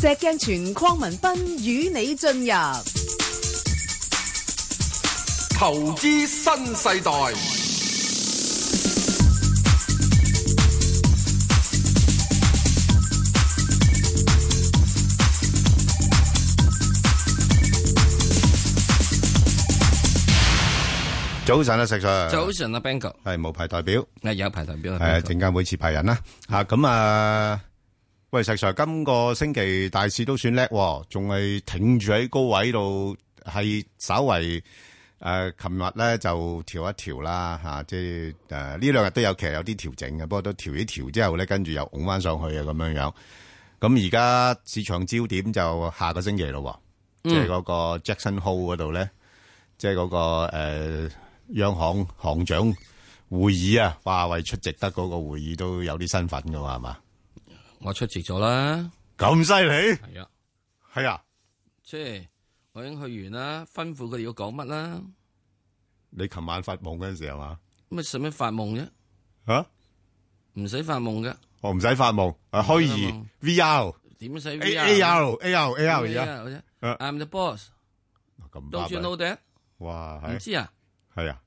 石鏡泉鄺民彬與你進入投資新世代。早晨啊，石 Sir。早晨啊 b a n g o 係無牌代表，啊有排代表啊係 Bingo，證監會持牌人啦。吓咁啊，喂，石 Sir，今個星期大市都算叻喎，仲係挺住喺高位度，係稍為誒，琴日咧就調一調啦吓，即係誒呢兩日都有其實有啲調整嘅，不過都調一調之後咧，跟住又拱翻上去啊咁樣樣。咁而家市場焦點就下個星期咯喎，即係嗰個 Jackson Hole 嗰度咧。即係嗰、個、呃、央行行長會議啊，華為出席得嗰個會議都有啲身份噶嘛，係嘛？我出席咗啦，咁犀利？係啊，係啊，即係我已經去完啦，吩咐佢哋要講乜啦，你琴晚發夢嗰陣時係嘛？咁啊使乜發夢啫？嚇、唔使發夢嘅，我唔使發夢，啊虛擬 VR、點使 A VR A R、A R、A R 而家好啫啊？I'm the boss，咁巴 don't you know 閉， that？哇唔係知啊？係啊，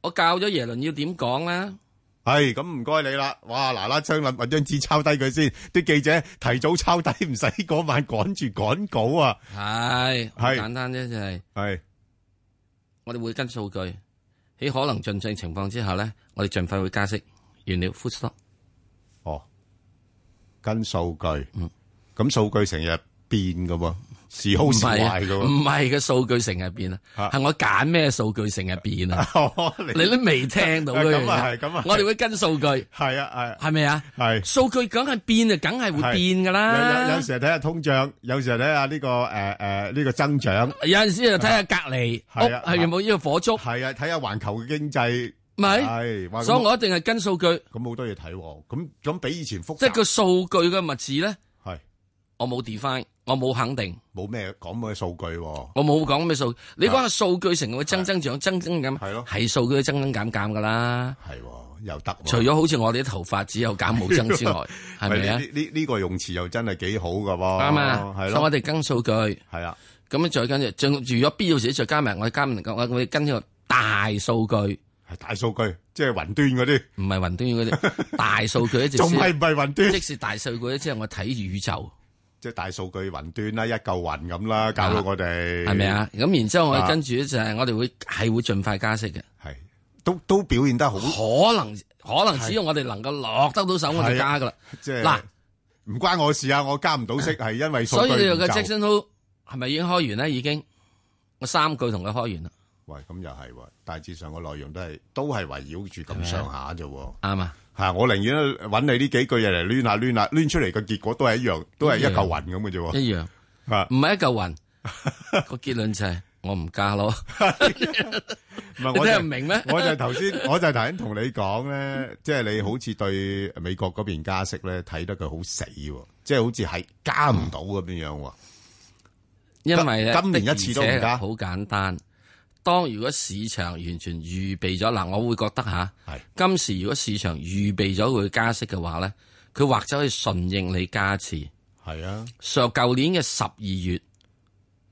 我教咗耶倫要點講啦，係咁唔該你啦，哇嗱嗱聲諗揾張紙抄低佢先，啲記者提早抄低，唔使嗰晚趕住趕稿啊，係好係簡單啫，就係係我哋會跟數據，喺可能盡正情況之下咧，我哋盡快會加息，完了 full stop。哦，跟數據，嗯咁數據成日變噶喎，時好唔時係啊，壞噶唔喎。係嘅數據成日變啊？啊，係我揀咩數據成日變啊哦 你你都未聽到嘅，咁啊係咁啊係我哋會跟 數據，係啊係咪啊？係係數據梗係變啊，梗係會變噶有有啦有。時係睇下通脹，有時係睇下呢個誒誒呢個增長，有陣時就睇下隔離屋係啊係有冇呢個火燭，係啊睇下環球嘅經濟咪？係，哇所以咁我一定係跟數據，咁好多嘢睇喎，咁咁比以前複即係雜個數據嘅物質咧，係我冇 define，我冇肯定，冇咩講咩數據喎，我冇講咩數。你講個數據成日會增增長、增增減，係咯係數據增增減減噶啦。係喎又得喎。除咗好似我哋啲頭髮只有減冇增之外， 係咪呢？啊呢呢個用詞又真係幾好噶喎，啱啊，所係以我咯，哋跟數據，咁係啊，樣再跟住，仲如果必要時再加埋，我哋加埋我我哋跟呢個大數據，係大數據，即係雲端嗰啲。唔係雲端嗰 啲大數據，即仲係係唔係雲端？即是大數據，即係我睇宇宙，即係大數據雲端啦，一嚿雲咁啦，搞到我哋係咪？啊？咁然之後我啊哋跟住咧就係我哋會係會盡快加息嘅，係都都表現得好，可能可能只要我哋能夠落得到手，我就加噶啦。即係啊嗱，唔關我事啊！我加唔到息係因為數所據以你唔個夠 Jackson Hole 係咪已經開完咧？已經我三句同佢開完啦，喂，咁又係喎，大致上個內容都係都係圍繞住咁上下啫喎。啱啊！嚇，我寧願揾你呢幾句嘢嚟攣下攣下，攣出嚟嘅結果都係一樣，都係一嚿雲咁嘅啫喎。一樣。嚇唔係一嚿雲，個結論就係我唔加咯。唔係你我聽唔就明咩？我就頭先，我就頭先同你講咧，即係你好似對美國嗰邊加息咧睇得佢好死喎，即係好似係加唔到咁樣樣喎。因為咧，今年一次都唔加的而且確好簡單。當如果市場完全預備咗，嗱，我會覺得吓，係今時如果市場預備咗會加息嘅話咧，佢或者可以順應你加持。係啊，上舊年嘅十二月，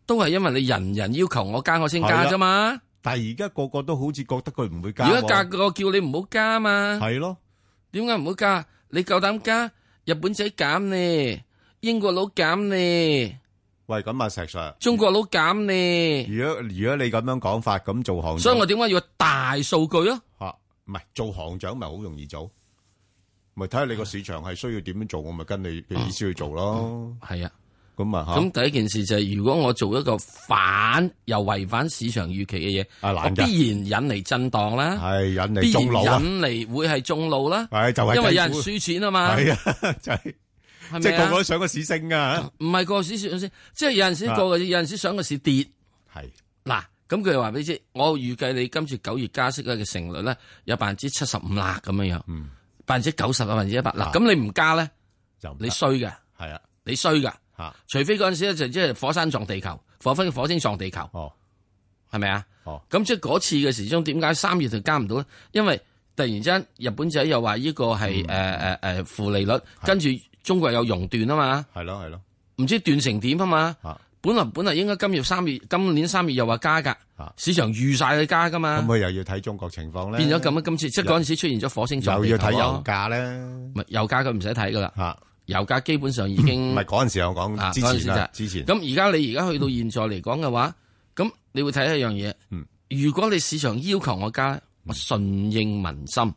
都係因為你人人要求我加，我先加啫嘛。但係而家個個都好似覺得佢唔會啊加如喎，果價個叫你唔好加嘛，係咯，點解唔好加？你夠膽加？日本仔減呢？英國佬減呢？喂，咁啊石 Sir，中國佬減呢，如果如果你咁樣講法，咁做行長所以我點解要大數據啊？嚇唔係做行長咪好容易做，咪睇下你個市場係需要點樣做，我咪跟你嘅意思去做咯。係啊，咁啊嗯咁第一件事就係如果我做一個反又違反市場預期嘅嘢，啊我難㗎必然引嚟震盪嚇，啦，係引必嚟然中路啊，引嚟會係中路啦，係就係因為有人政府輸錢啊嘛，係啊， 就係係即咪係個個啊都想個市啊升啊，唔係個市上先，即係有陣時個個有陣時想個市跌，係嗱，咁佢就話俾你知，我預計你今次九月加息嘅成率咧有百分之七十五啦，咁樣樣，嗯百分之九十啊，百分之一百，啊啊嗱，咁你唔加咧，就唔得你衰嘅，係啊你衰㗎。嚇除非嗰陣時咧就即係火山撞地球，火分火星撞地球，哦係咪啊？哦咁即係嗰次嘅時鐘點解三月就加唔到咧？因為突然之間日本仔嗯呃又話呢個係誒誒誒負利率，跟住中國有熔斷啊嘛，係咯係咯唔知斷成點啊嘛啊。本來本來應該今月三月，今年三月又話加㗎啊，市場預晒佢加㗎嘛，咁佢又要睇中國情況咧，啊變咗咁啊！今次即係嗰陣時出現咗火星撞地又球咯要睇油價咧，咪油價佢唔使睇㗎啦，油價基本上已經嚇，唔係嗰陣時我講，嗯啊，之前啊，嗰陣時就係。之前，咁而家你而家去到現在嚟講嘅話，咁你會睇一樣嘢。嗯如果你市場要求我加，我順應民心，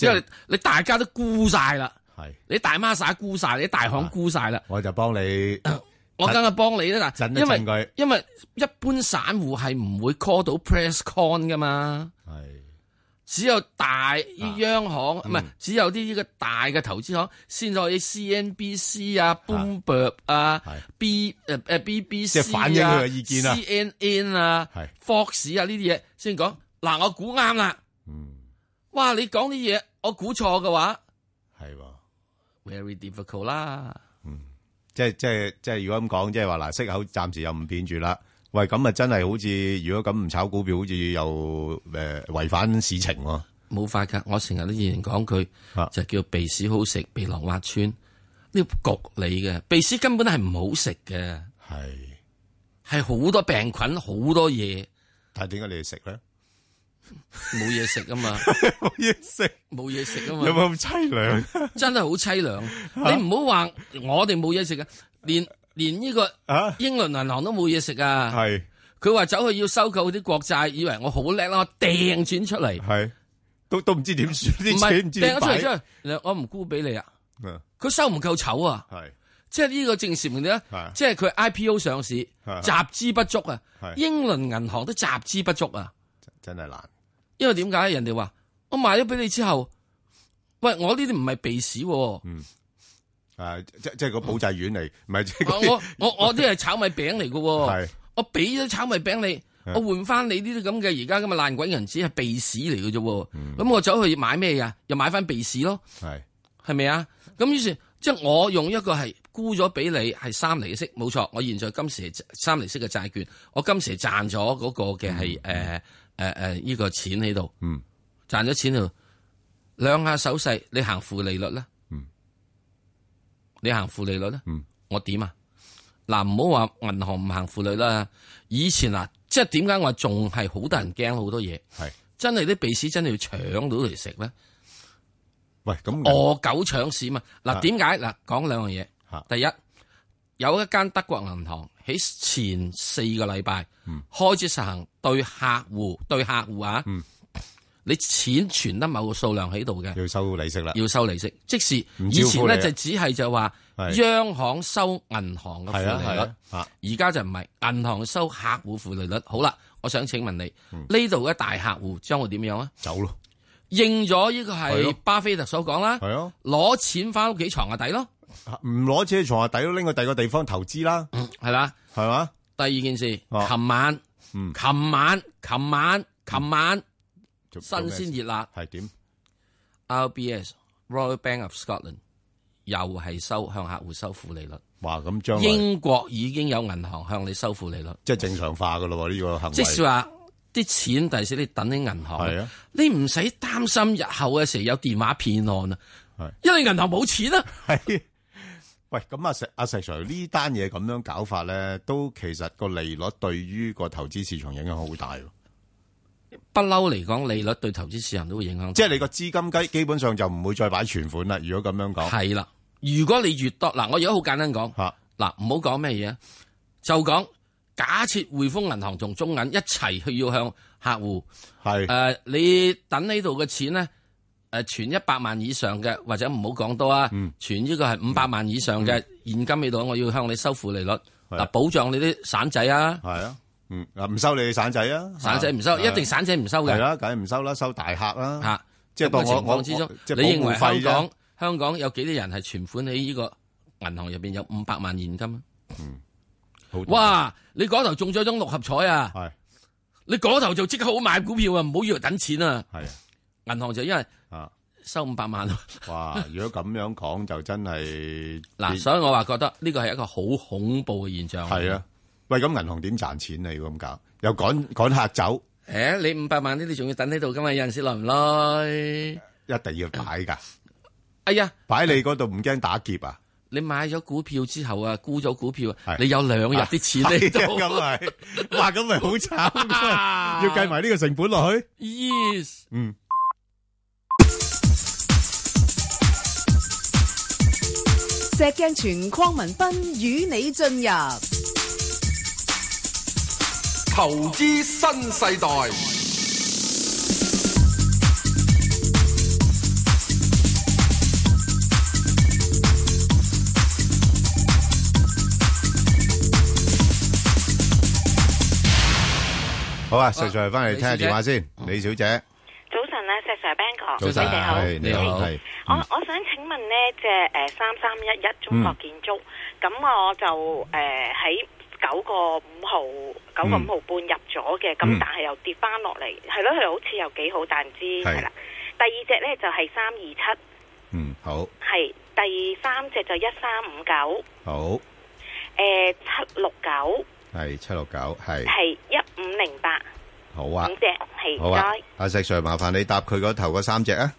因為你大家都沽晒啦，係啦，係，我就幫你你大孖撒沽晒，你大行沽晒啦，我震梗係幫你啦。嗱，震一因為震佢，因為一般散戶係唔會 call 到 press con 噶嘛，只有大央行唔係，只有啲呢個大嘅投資行先可以 CNBC 啊、Bloomberg 啊係、 B 啊誒誒 BBC 即係反映佢嘅意見啊啊、CNN 啊係、 Fox 啊呢啲嘢先講。嗱，我估啱啦，嗯哇！你講啲嘢我估錯嘅話係，嗯，係喎。即係- ，very difficult 啦。即係-即係如果咁講，即係話嗱，息口暫時又唔變住啦。喂，咁啊真係好似如果咁唔炒股票，好似又，誒，違反市情喎。冇法噶，我成日都以前講佢啊就叫鼻屎好食，鼻囊挖穿，呢個焗你嘅鼻屎根本係唔好食嘅，係好多病菌，好多嘢係，但係點解你哋食咧？冇嘢食 啊嘛，冇嘢食啊嘛，有冇咁凄涼？真係好凄涼。你唔好話我哋冇嘢食啊，連連呢個啊英倫銀行都冇嘢食啊。係佢話走去要收購啲國債，以為我好叻啦，我掟錢出嚟，係，都都唔知點算，唔啲係錢唔知掟點咗出嚟擺之。後，你話我唔沽俾你啊，嗯佢收唔夠籌啊。係即係呢個正説明咧係，即係佢 IPO 上市係集資不足啊係！英倫銀行都集資不足啊！真係難，因為點解啊人哋話我賣咗俾你之後，喂我呢啲唔係鼻屎喎，啊即即係個保濟丸嚟，唔係即係我嗰我我我啲係炒米餅嚟嘅啲喎，係我俾咗炒米餅你，我換翻你呢啲咁嘅而家咁嘅爛鬼銀紙係鼻屎嚟嘅啫喎，咁我走去買咩呀？又買翻鼻屎咯，係係咪啊？咁於是即係我用一個係沽咗俾你係三厘息，冇錯。我現在今時係三厘息嘅債券，我今時係賺咗嗰個嘅係誒誒誒呢個錢喺度，嗯賺咗錢喺度，兩下手勢，你行負利率啦，嗯你行負利率啦，嗯我點啊？嗱，唔好話銀行唔行負利率啦，以前啊，即係點解我話仲係好多人驚好多嘢，係真係啲鼻屎真係要搶到嚟食咧。喂咁餓狗搶市嘛。啊嗱，點解？嗱，講兩樣啊嘢。第一，有一間德國銀行喺前四個禮拜嗯開始實行對客戶對客戶啊，嗯你錢存得某個數量喺度嘅，要收利息啦，要收利息。即是唔以招呼前你咧啊就只係就話係央行收銀行嘅負係啊利係率啊。啊而家就唔係銀行收客戶負利率。好啦，我想請問你嗯呢度嘅大客戶將會點樣啊？走咯，應咗呢個係咯係巴菲特所講啦，係啊，攞錢翻屋企床下底咯，唔攞車床下底都拎去第二個地方投資啦，係啦。係嘛？第二件事，哦琴晚，嗯琴晚，琴晚，琴晚做新鮮熱辣係點？ ，RBS Royal Bank of Scotland 又係收向客戶收負利率。哇！咁將來英國已經有銀行向你收負利率，即係正常化噶咯喎，呢個行為即 是話啲錢第時你等喺銀係行啊，你唔使擔心日後嘅時候有電話騙案係啊，因為銀行冇錢啊。係。喂，咁阿石阿石 Sir 呢單嘢咁樣搞法咧，都其實個利率對於個投資市場影響好大喎。不嬲嚟講，利率對投資市場都會影響。即係你個資金基基本上就唔會再擺存款啦。如果咁樣講，係啦，如果你越多嗱，我而家好簡單講。嚇嗱，唔好講咩嘢啊，就講假設匯豐銀行同中銀一齊去要向客戶，係誒、你等呢度嘅錢咧，誒、存一百萬以上嘅，或者唔好講多啊，嗯存呢個係五百萬以上嘅現金喺度，我要向你收負利率，係嗱，保障你啲散仔啊，係啊，嗯啊唔收你散仔啊，散仔唔收，一定散仔唔收係嘅，啦，梗係唔收啦，收大客啦，嚇。即係咁當嘅我情我況之中我，即係你認保護為費啊香啫港香港有幾多人係存款喺呢個銀行入邊有五百萬現金啊？好多哇！你嗰頭中咗張六合彩啊！係你嗰頭就即刻好買股票啊！唔好以為等錢啊！係銀行就因為啊收五百萬啊哇！如果咁樣講就真係嗱，所以我話覺得呢個係一個好恐怖嘅現象。係啊。喂，咁銀行點賺錢啊？如果咁搞，又趕趕客走，誒，你五百萬呢？你仲要等喺度噶嘛？有陣時耐唔耐？一定要擺㗎， 哎呀，擺你嗰度唔驚打劫啊？你買咗股票之後啊，沽咗股票啊係， 你有兩日啲錢 喺度。係啊，咁係。哇，咁咪好慘，真係。 啊要計埋呢個成本落去？嗯 Yes。石鏡泉邝文斌與你進入投資新世代，好啊，石Sir，返嚟聽下李小姐。電話先。李小姐，早晨啊，石 Sir Ben 哥，早晨。你係，你哋好。好。你好，係。我我想請問呢，即係誒三三一一中嗯國建築，咁、我就誒喺九個五號九個五號半入咗嘅，咁、嗯但係又跌翻落嚟，係咯，佢好似又幾好，但唔知係係啦。第二隻呢就係三二七，嗯係第三隻就一三五九，嗯，好，好，係，誒七六九， 769，係一五零八，係，好啊，五隻係唔好啊。該。阿石Sir，麻煩你答佢嗰頭嗰三隻啊。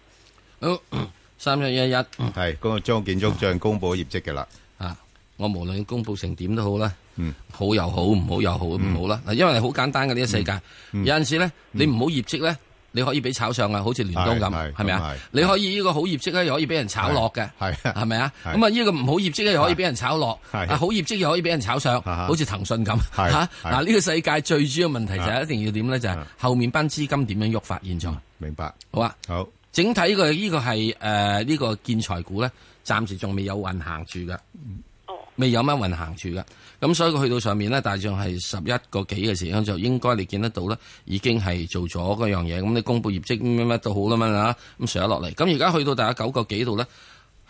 係，嗰個好三一一一張建築將公佈咗業績㗎啦。啊！我無論公佈成點都好啦，嗯好又好，唔好又好，唔好啦。嗱，因為好簡單嘅呢個世界，嗯有陣時咧，你唔好業績咧，你可以俾炒上啊，好似聯係係通咁，係咪啊咁係？你可以呢個好業績咧，又可以俾人炒落嘅，係係係咪啊？係咁啊，呢個唔好業績咧，又可以俾人炒落，係啊好業績又可以俾人炒上，哈哈好似騰訊咁係嚇。係嗱，呢個世界最主要問題就係一定要點咧，就係啊後面班資金點樣喐法現在，嗯明白，好，好啊。整體呢個呢個係誒呢個建材股咧，暫時仲未有運行住嘅哦，未有乜運行住嘅。咁所以佢去到上面咧，大致上係十一個幾嘅時間就應該你見得到咧，已經係做咗嗰樣嘢。咁你公佈業績乜乜都好啦嘛啦，咁上咗落嚟。咁而家去到大家九個幾度咧，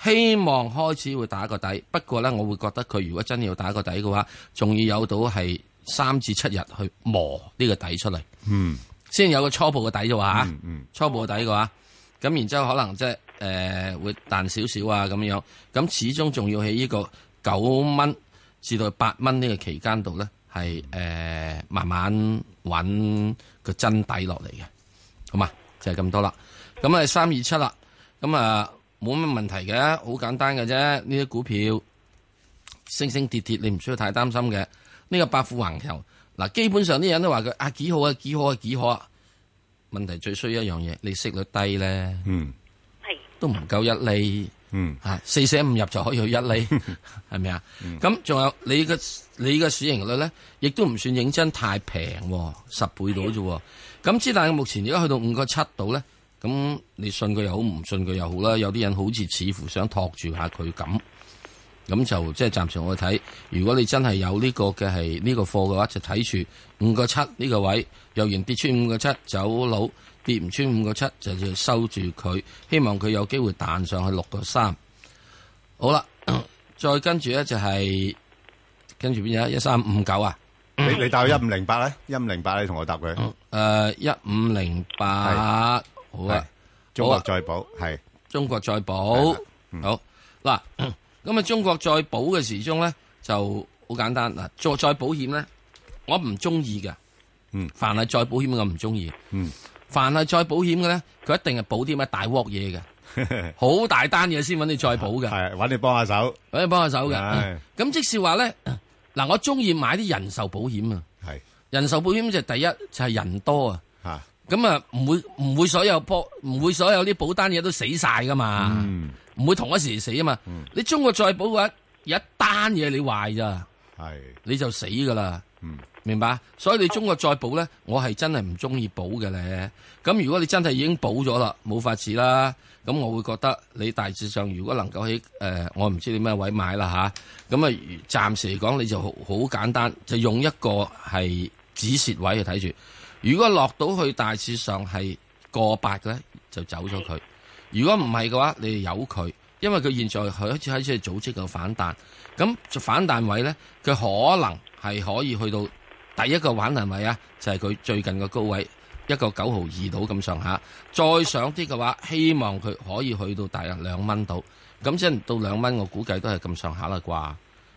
希望開始會打個底。不過咧，我會覺得佢如果真要打個底嘅話，仲要有到係三至七日去磨呢個底出嚟，嗯，先有個初步嘅底啫話嚇。嗯，嗯，初步底嘅話，咁然之後可能即係誒會彈少少啊咁樣，咁始終仲要喺呢個九蚊至到八蚊呢個期間度咧，係誒、呃慢慢揾個真底落嚟嘅，好嘛？就係、咁多啦。咁啊三二七啦，咁啊冇乜問題嘅，好簡單嘅啫。呢啲股票升升跌跌，你唔需要太擔心嘅。呢、個百富橫球嗱，基本上啲人都話佢啊幾好啊幾好啊幾好啊。問題最衰一樣嘢，你息率低咧，係都唔夠一厘嗯，嗯，係，嚇，啊四捨五入就可以去一厘，係咪啊？咁仲有你個你個市盈率咧，亦都唔算認真太平喎，十倍到啫喎。咁之但係目前而家去到五個七度咧，咁你信佢又好，唔信佢又好啦。有啲人好似似乎想托住下佢咁，咁就即係暫時我睇，如果你真係有呢個嘅係呢個貨嘅話，就睇住五個七呢個位，若然跌穿五個七走佬，跌唔穿五個七就要收住佢，希望佢有機會彈上去六個三。好啦， 再跟住咧就係、跟住邊有一三五九啊，你-你答佢1508啦，1508你同我答佢。誒呃一五零八，好係啊。中國再保係中國再保係啦嗯好嗱， 咁啊中國再保嘅時鐘咧就好簡單嗱，再再保險咧，我唔中意嘅，嗯，凡係再保險嘅我唔中意，嗯，凡係再保險嘅咧，佢一定係保啲咩大鑊嘢嘅， 好大單嘢先揾你再保嘅，係揾你幫下手，揾你幫下手嘅係，咁即是話咧，嗱我中意買啲人壽保險啊，係人壽保險就係第一就係人多啊。吓，咁啊，唔會唔會所有波唔會所有啲保單嘢都死晒噶嘛？嗯，唔會同一時死啊嘛。你中國再保嘅話，有一單嘢你壞咋，係你就死噶啦。嗯明白？所以你中國再保咧，我係真係唔中意保嘅咧。咁如果你真係已經保咗啦，冇法子啦。咁我會覺得你大致上如果能夠喺誒、呃我唔知你咩位買啦吓，咁啊，暫時嚟講你就好好簡單，就用一個係止蝕位去睇住。如果落到去大致上係過百嘅咧，就走咗佢。如果唔係嘅話，你就由佢，因為佢現在開始開始組織個反彈。咁就反彈位咧，佢可能係可以去到第一個反彈位啊，就係、佢最近嘅高位一個九毫二度咁上下。再上啲嘅話，希望佢可以去到大約兩蚊度。咁即係到兩蚊，我估計都係咁上下啦啩。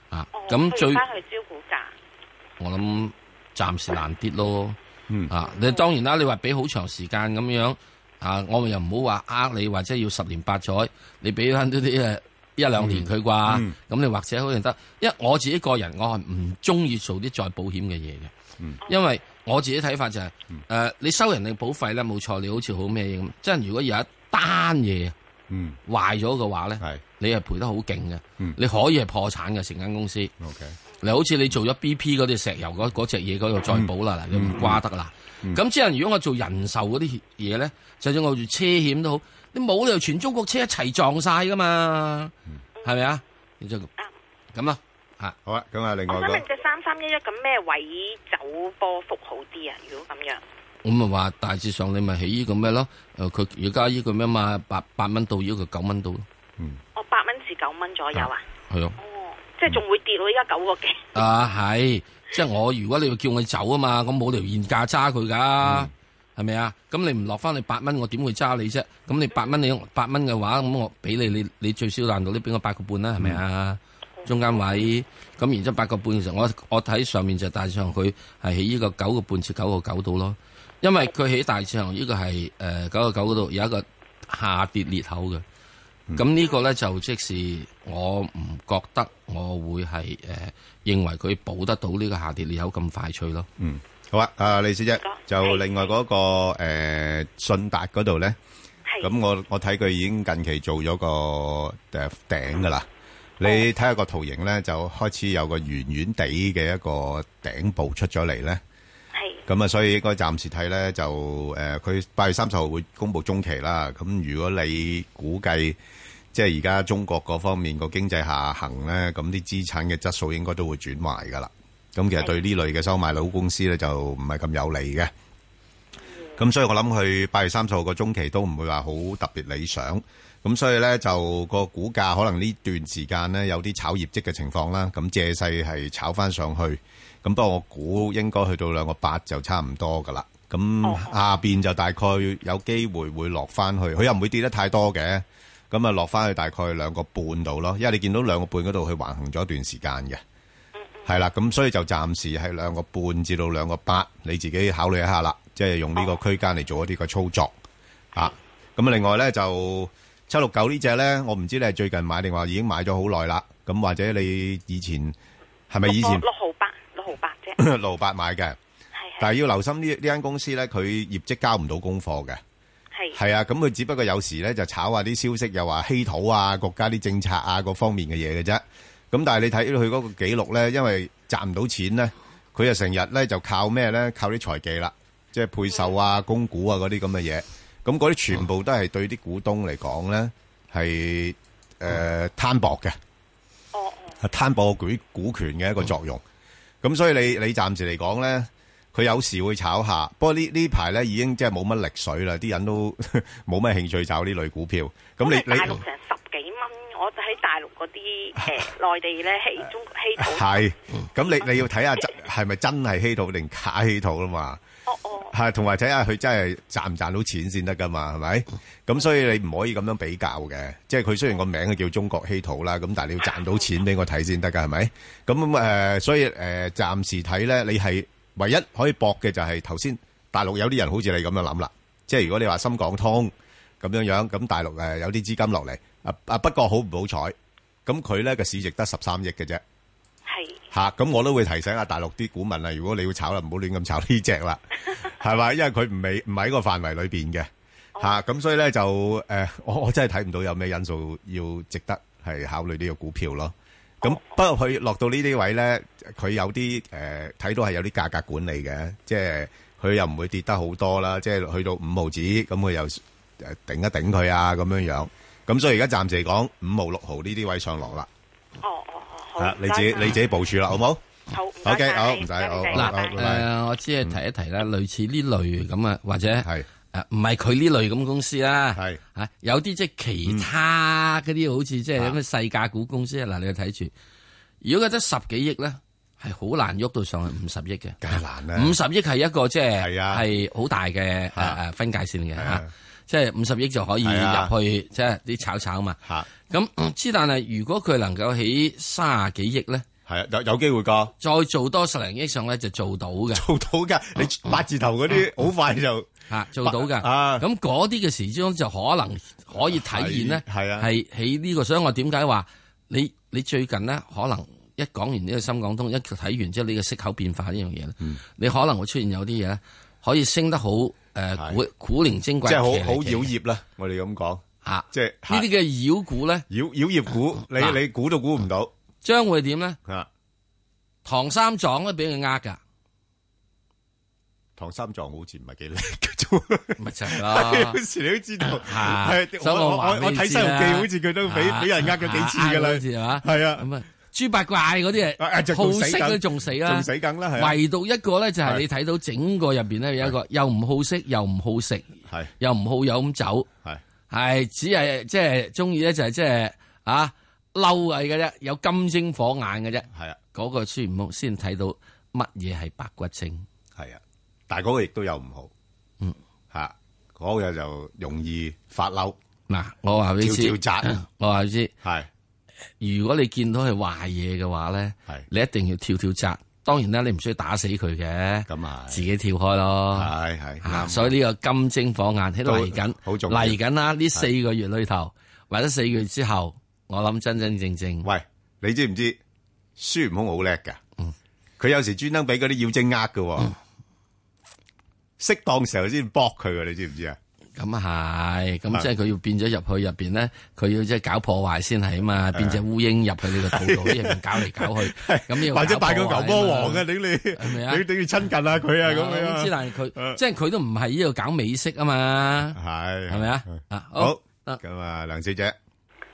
啊，咁最翻哦去招股價。我諗暫時難啲咯。嗯啊，你當然啦，你話俾好長時間咁樣啊，我咪又唔好話呃你，或者要十年八載，你俾翻呢啲誒一兩年佢啩，嗯咁你或者好認得，因為我自己個人我係唔中意做啲再保險嘅嘢嘅，嗯因為我自己睇法就係、誒、你收人哋保費咧冇錯，你好似好咩嘢咁，即係如果有一單嘢嗯，壞咗嘅話咧，係你係賠得好勁嘅，嗯你可以係破產嘅成間公司。 ，OK，嗱，好似你做咗 BP 嗰啲石油嗰嗰只嘢嗰度再補啦，嗱，你唔瓜得啦。咁之後，如果我做人壽嗰啲嘢咧，就算我做車險都好，你冇理由全中國車一齊撞晒噶嘛，係咪啊？你就咁啦，嚇好啊，咁啊，另我外想問嗰只三三一一咁咩位走波幅好啲啊？如果咁樣，我咪話大致上你咪起呢個咩咯？誒，佢而家呢個咩嘛，八八蚊到要佢九蚊到咯，我哦八蚊至九蚊左右啊？係咯。哦，即係仲會跌咯，依家九個幾。啊，係，即係我如果你要叫我走啊嘛，咁冇理由現價揸佢噶，係咪啊？咁你唔落翻你八蚊，我點會揸你啫？咁你八蚊你八蚊嘅話，咁我俾你，你你最少難度都俾我八個半啦，係咪啊？中間位，咁然之後八個半嘅時候，我我睇上面就大致上佢係喺呢個九個半至九個九度咯，因為佢喺大致上呢個係誒九個九嗰度有一個下跌裂口嘅。嗯咁呢個咧就即是我唔覺得我會係誒、呃、認為佢補得到呢個下跌裂口咁快脆咯。嗯，好啊，啊李小姐好，就另外嗰個誒信達嗰度咧，係咁我我睇佢已經近期做咗個誒頂噶啦。你睇下個圖形咧，就開始有個圓圓地嘅一個頂部出咗嚟咧。係咁啊，所以應該暫時睇咧就誒，佢、八月三十號會公布中期啦。咁如果你估計即係而家中國嗰方面個經濟下行咧，咁啲資產嘅質素應該都會轉壞噶啦。咁其實對呢類嘅收買佬公司咧就唔係咁有利嘅。咁所以我諗佢八月三十號個中期都唔會話好特別理想，咁所以咧就個股價可能呢段時間咧有啲炒業績嘅情況啦，咁借勢係炒翻上去，咁不過我估應該去到兩個八就差唔多噶啦，哦咁下邊就大概有機會會落翻去，佢又唔會跌得太多嘅，咁啊落翻去大概兩個半度咯，因為你見到兩個半嗰度佢橫行咗一段時間嘅。係啦，咁所以就暫時係兩個半至到兩個八，你自己考慮一下啦，即係用呢個區間嚟做一啲個操作啊。咁啊另外咧就七六九呢只咧，我唔知你係最近買定話已經買咗好耐啦。咁或者你以前係咪以前六號八，六號八 啫，六八買嘅？係但係要留心呢呢間公司咧，佢業績交唔到功課嘅。係係係啊，咁佢只不過有時咧就炒下啲消息，又話稀土啊、國家啲政策啊各方面嘅嘢嘅啫。咁但係你睇到佢嗰個記錄咧，因為賺唔到錢咧，佢就成日咧就靠咩咧？靠啲財技啦，即係配售啊、供股啊嗰啲咁嘅嘢。咁嗰啲全部都係對啲股東嚟講咧係誒攤薄嘅。哦哦。係啊攤薄股股權嘅一個作用。咁所以你你暫時嚟講咧，佢有時會炒下。不過呢呢排咧已經即係冇乜力水啦，啲人都 冇乜興趣炒呢類股票。咁因你為大你陸成十幾蚊，我喺大陸嗰 啲誒內地咧，稀中稀土，係咁你你要睇下真係咪真係稀土定假稀土啦嘛？哦哦，係，同埋睇下佢真係賺唔賺到錢先得噶嘛，係咪？咁所以你唔可以咁樣比較嘅，即係佢雖然個名係叫中國稀土啦，咁但係你要賺到錢俾我睇先得噶，係咪？咁誒、呃所以誒、呃，暫時睇咧，你係唯一可以搏嘅就係頭先大陸有啲人好似你咁樣諗啦，即係如果你話深港通咁樣樣，咁大陸誒有啲資金落嚟，啊啊不過好唔好彩，咁佢咧個市值得十三億嘅啫。係吓，咁我都會提醒下大陸啲股民啦，如果你要炒啦，唔好亂咁炒呢只啦，係嘛？因為佢唔係唔喺個範圍裏邊嘅吓，咁所以咧就誒、呃我我真係睇唔到有咩因素要值得係考慮呢個股票咯。咁不過佢落到呢啲位咧，佢有啲誒睇到係有啲價格管理嘅，即係佢又唔會跌得好多啦，即係去到五毫子咁，佢又誒頂一頂佢啊咁樣樣。咁所以而家暫時嚟講，五毫六毫呢啲位上落啦，哦哦哦，好啊，你自己你自己部署啦，好冇？己好 OK，好唔使好嗱好好拜誒、拜我只係提一提啦，類似呢類咁啊，或者係誒唔係佢呢類咁公司啦，係啊有啲即係其他嗰啲好似即係嗯咁嘅細價股公司啊嗱，你要睇住，如果佢得十幾億咧，係好難喐到上去五十億 嘅。梗係難啦，五十億係一個即係係啊係好大嘅誒啊誒分界線嘅係啊嚇，即係五十億就可以係啊入去即係啲炒炒嘛。吓咁嗯之但係如果佢能夠起卅幾億咧，係啊，有有機會噶，再做多十零億上咧就做到嘅 做到噶，你八字頭嗰啲好快就嚇，做到嘅。啊咁嗰啲嘅時鐘就可能可以體現咧，係係啊係喺呢個，所以我點解話你你最近咧，可能一講完呢個深港通，一睇完之後呢個息口變化呢樣嘢咧，嗯你可能會出現有啲嘢咧，可以升得好誒、呃係古古靈精怪，即係好-騎嚟好騎去妖孽啦，我哋咁講。啊！即係呢啲嘅妖股咧，妖-妖孽股，你-嗱。你估都估唔到，啊，將會點咧？ 唐三藏都俾佢 呃㗎。唐三藏好似唔係幾叻嘅啫喎。咪就係咯。 有時你都知道，啊，係，所以我-我我-話我-俾你我睇知《西遊啦記》好似佢都俾-啊俾人呃咗幾次㗎啦。啊呃咗幾次係嘛？係啊，咁啊，豬八怪嗰啲啊啊就係仲好死色緊嗰啲仲死啦，仲死梗啦，係啊，唯獨一個咧就係係你睇到整個入邊咧有一個又唔好色又唔好食又唔好飲酒，係，係，係，係只係即係中意咧就係即係啊嬲嘅嘅啫，有金睛火眼嘅啫，嗰個孫悟空先睇到乜嘢係白骨精。係啊，但係嗰個亦都有唔好，嗯，吓嗰個就容易發嬲，嗱，我話俾你跳知，嗯跳紮我話俾你知。係如果你見到佢壞嘢嘅話咧係，你一定要跳跳扎。當然啦，你唔需要打死佢嘅，咁啊自己跳開咯。係係啊，啱，所以呢個金睛火眼喺度嚟緊，好重要嚟緊啦！呢四個月裏頭，或者四個月之後，我諗真真正正喂，你知唔知孫悟空好叻噶？嗯佢有時專登俾嗰啲妖精呃嘅，適當時候先搏佢嘅，你知唔知啊？咁啊係，係咁即係佢要變咗入去入邊咧，佢要即係搞破壞先係啊嘛，變只烏蠅入去你個肚度，入邊搞嚟 搞去，咁要或者搞扮個破壞啊牛嘛魔王嘅，你你咪啊你你要親近下佢啊，啊我咁樣知，但誒係佢即係佢都唔係呢度搞美式啊嘛。係係咪啊？啊好得咁啊，梁小姐，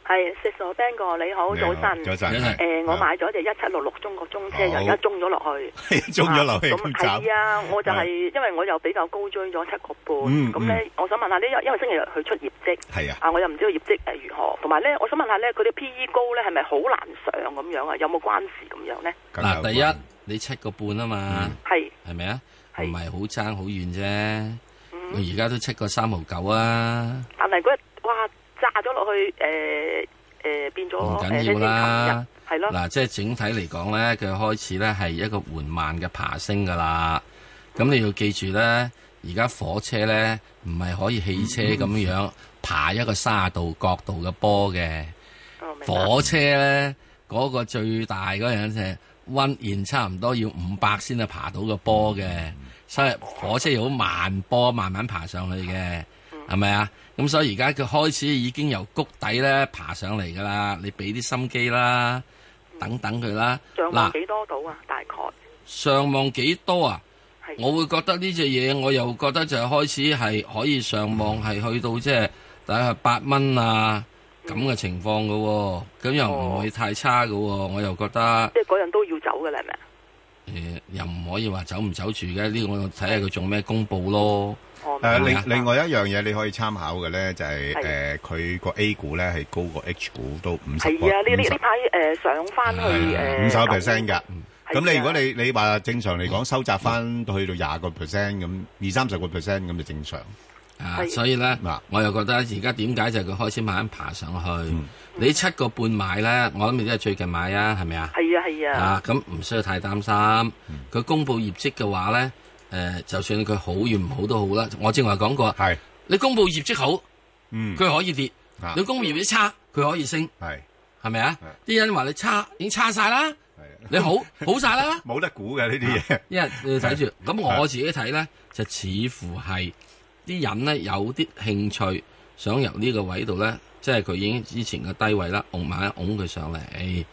係石 Sir Ben 哥你好，你好早晨，早晨誒、係我 買咗隻一七六六中國中車，又好而家中咗落去，中咗落去咁咁係啊，我就係、因為我又比較高追咗七個半，嗯咁咧、我想問下呢，因為因為星期日佢出業績，係啊啊，我又唔知道業績誒如何，同埋咧，我想問下咧，佢啲 P E 高咧係咪好難上咁樣啊？有冇關事咁樣咧？慘，嗱，梗第有一你七個半啊嘛，係係咪啊？唔係係好爭好遠啫，佢而家都七個三毫九啊，但係嗰日哇炸咗落去誒誒變咗唔誒緊要啦。係咯，嗱，即係整體嚟講咧，佢開始咧係一個緩慢嘅爬升噶啦。咁你要記住咧，而家火車咧唔係可以汽車咁樣爬一個卅度角度嘅波嘅。我哦明啦火車咧嗰、個最大嗰樣就係温然差唔多要五百先係爬到個波嘅，嗯所以火車要好慢波慢慢爬上去嘅，嗯係咪啊？咁所以而家佢開始已經由谷底咧爬上嚟噶啦，你俾啲心機啦，等等佢啦。嗯上嗱望，幾多到啊？大概上望幾多啊？係我會覺得呢只嘢，我又覺得就係開始係可以上望係去到即係大概八蚊啊咁嘅情況嘅喎、咁又唔會太差嘅喎、我又覺得誒、即係嗰樣都要走嘅啦，係咪啊？又唔可以話走唔走住嘅，呢、個我睇下佢做咩公佈咯。我明誒，啦另啊另外一樣嘢你可以參考嘅咧，就係誒係佢個 A 股咧係高過 H 股都五十係個啊，呢呢呢50排誒上翻去係誒五十 percent 㗎。係咁你啊如果你你話正常嚟講收窄翻到去到廿個 percent 咁，二三十個 percent 咁就正常。啊，係所以咧嗱，我又覺得而家點解就係佢開始慢慢爬上去。嗯你七個半買咧，我諗你都係最近買啊，係咪啊？係啊係啊啊，咁唔需要太擔心。嗯佢公布業績嘅話咧，誒、就算佢好與唔好都好啦。我正話講過，係，你公布業績好，嗯，佢可以跌；啊你公布業績差，佢可以升，係係咪啊？啲人話你差，已經差晒啦，係你 好好晒啦，冇得估嘅呢啲嘢。因為你要睇住。咁我自己睇咧，就似乎係啲人咧有啲興趣，想由呢個位度咧，即係佢已經之前嘅低位啦，拱埋拱佢上嚟。嗯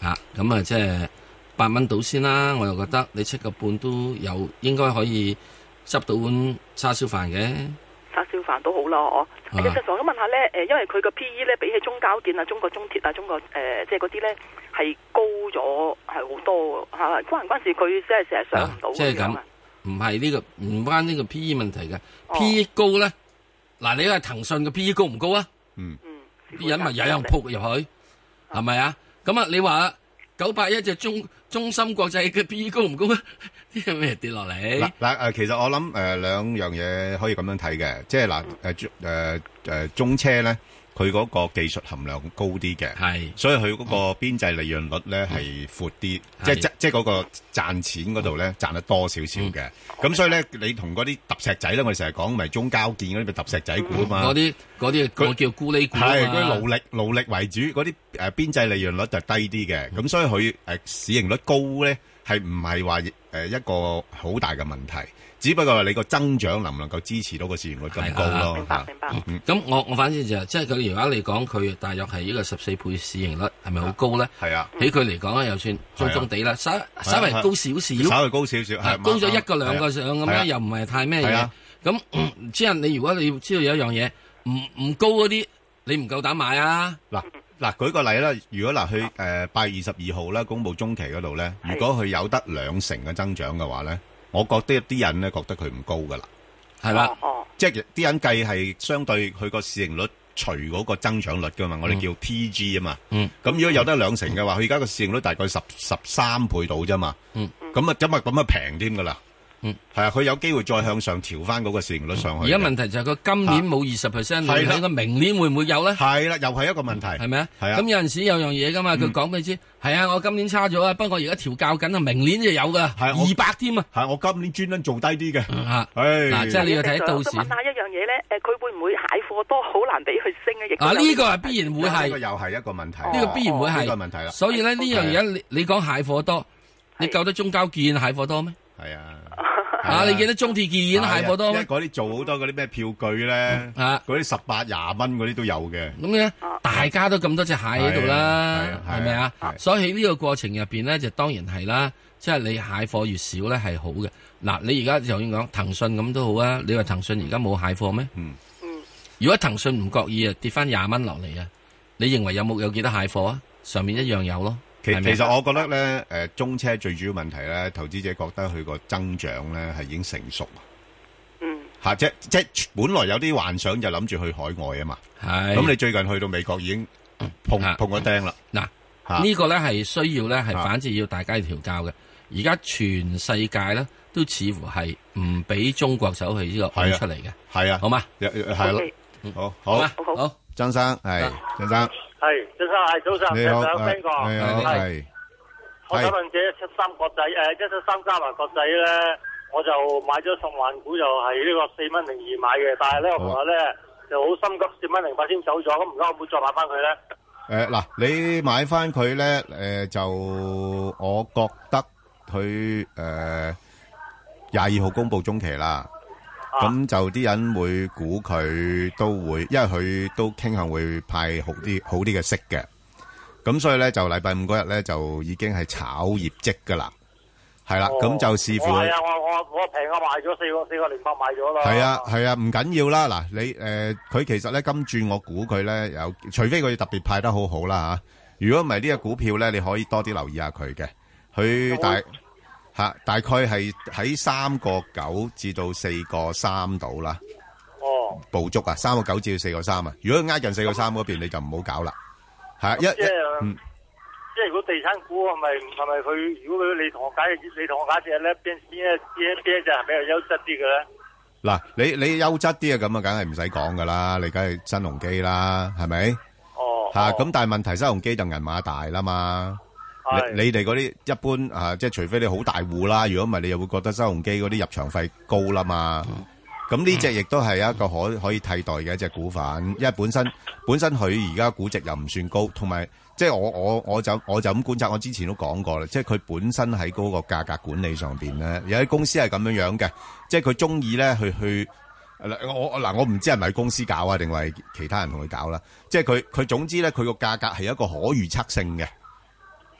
啊，咁啊，即係八蚊到先啦。我又覺嗯得你七個半都有，應該可以執到碗叉燒飯嘅。叉燒飯都好咯，我啊其實我想問下咧，誒，因為佢個 P E 咧比起中交建啊、中國中鐵啊、中國誒、即係嗰啲咧係高咗係好多喎嚇，關唔關事佢即係成日上唔到啊即係咁樣咁啊？，唔係呢個唔關呢個 P E 問題嘅。哦 P E 高咧，嗱，你話騰訊嘅 P E 高唔高啊？嗯，啲人咪有人撲入去，係咪啊？咁啊，你話九八一隻中中心國際嘅 P E 高唔高啊？ 啲人咩跌落嚟嗱？嗱誒，其實我諗誒兩樣嘢可以咁樣睇嘅，即係嗱誒誒誒中車咧，佢嗰個技術含量高啲嘅，係所以佢嗰個邊際利潤率咧係闊啲，即係係即即係嗰個賺錢嗰度咧賺得多少少嘅。咁所以咧，你同嗰啲揼石仔咧，我哋成日講咪中交建嗰啲咪揼石仔股啊嘛嗰。啲嗰啲佢我叫咕喱股啊係，嘛佢勞力-勞力為主，嗰啲，誒，邊際利潤率就低啲嘅。嗯咁所以佢，誒，市盈率高呢，係唔係話，誒，一個好大嘅問題，只不過你個增長能唔能夠支持到個市盈率咁高咯，啊明白明白。嗯咁我我反正就係即係佢而家嚟講，佢大約係呢個十四倍市盈率，係咪好高咧？係啊，喺佢嚟講咧，又算中中地啦，稍稍微高少少，啊稍微高少少，係係，高咗啱，一個兩個上咁係啊樣，又唔係太咩係嘢啊。咁嗯之後你如果你要知道有一樣嘢，唔唔高嗰啲，你唔夠膽買啊！係啊。嗱，嗱，舉個例啦，如果嗱，佢，誒，8月22號啦，公佈中期嗰度呢，係。如果佢有得兩成嘅增長嘅話呢，我覺得啲人呢，覺得佢唔高㗎啦。係啦，哦，即係啲人計係相對佢個市盈率除嗰個增長率噶嘛，我哋叫 PG 啊嘛。嗯咁如果有得兩成嘅話，佢而家個市盈率大概十十三倍到啫嘛。嗯咁啊，咁啊，咁啊平添噶啦。嗯，係啊，佢有機會再向上調翻嗰個市盈率上而去嘅。家問題就係佢今年冇二十 percent，係啦你應該明年會唔會有咧？係啦，又係一個問題。係咪啊？係啊咁有陣時有樣嘢噶嘛，佢講俾你知，係啊，我今年差咗啊，不過而家調教緊啊，明年就有噶，係我二百添啊！係我今年專登做低啲嘅。啊，唉嗱，即係你要睇到我想問時下一樣嘢咧，誒，佢會唔會蟹貨多，好難俾佢升咧？亦都啊，有呢個係必然會呢係個，又係一個問題。哦呢個必然會呢個係。問題啦。所以咧呢樣嘢，你你講蟹貨多，你救得中交建蟹貨多咩？係啊。 啊，你記得中鐵建蟹貨多因為咩？嗰啲做好多嗰啲咩票據咧，啊嗰啲十八廿蚊嗰啲都有嘅。咁咧，大家都咁多隻蟹喺度係啦啊，係啊係咪啊係啊？所以喺呢個過程入邊咧，就當然係啦，即係你蟹貨越少咧係好嘅。嗱，你而家就算講騰訊咁都好啊，你話騰訊而家冇蟹貨咩？嗯嗯如果騰訊唔覺意啊跌翻廿蚊落嚟啊，你認為有冇有幾多蟹貨啊？上面一樣有咯，其係咪啊其實我覺得咧，誒中車最主要問題咧，投資者覺得佢個增長咧係已經成熟嗯嚇，即即本來有啲幻想就諗住去海外啊嘛，係咁你最近去到美國已經碰啊碰咗釘啦，嗱嚇呢個咧係需要咧係啊反正要大家去調教嘅。而家全世界咧都似乎係唔俾中國走去呢個係啊出嚟嘅，係啊好，嘛？有有係，OK 咯，好好啊嘛好，好好。曾生係曾生，系，早晨，系早晨，你好，早晨係，Ben 哥，你好，係係我想問者一七三國際，诶，一七三三華國際咧，我就買咗十萬股，就係呢個四蚊零二買嘅，但係咧我好啊琴日咧就好心急，四蚊零八先走咗，咁而家可唔可以再買翻佢咧？誒嗱，你買翻佢咧誒就我覺得佢誒廿二號公佈中期啦。咁就啲人會估佢都會，因為佢都傾向會派好啲好啲嘅息嘅。咁所以咧就禮拜五嗰日咧就已經係炒業績噶啦，係哦啦。咁、就視乎我係啊，我我我平啊賣咗四個四個零八賣咗啦。係啊係啊，唔緊要啦。嗱，你誒佢、其實咧今轉我估佢咧有，除非佢特別派得好好啦嚇。如果唔係呢個股票咧，你可以多啲留意下佢嘅。佢大嚇、大概係喺三個九至到四個三度啦。哦，捕捉啊，三個九至四個三啊。如果挨近四個三嗰邊，你就唔好搞啦。係啊，一即一係嗯即係如果地產股係咪係咪佢？如果佢你同我解你同我解釋咧，邊邊一邊一邊一隻係比較優質啲嘅咧？嗱，你你優質啲啊，咁啊，梗係唔使講噶啦，你梗係新鴻基啦，係咪？哦，嚇咁，但係問題新鴻基就銀碼大啦嘛。係你你哋嗰啲一般啊，即係除非你好大户啦，如果唔係，你又會覺得新鴻基嗰啲入場費高啦嘛。咁呢只亦都係一個可可以替代嘅一隻股份，因為本身本身佢而家估值又唔算高，同埋即係我我我就我就咁觀察，我之前都講過啦，即係佢本身喺嗰個價格管理上邊咧，有啲公司係咁樣樣嘅，即係佢中意咧去去。嗱我我嗱我唔知係咪公司搞啊，定係其他人同佢搞啦。即係佢佢總之咧，佢個價格係一個可預測性嘅。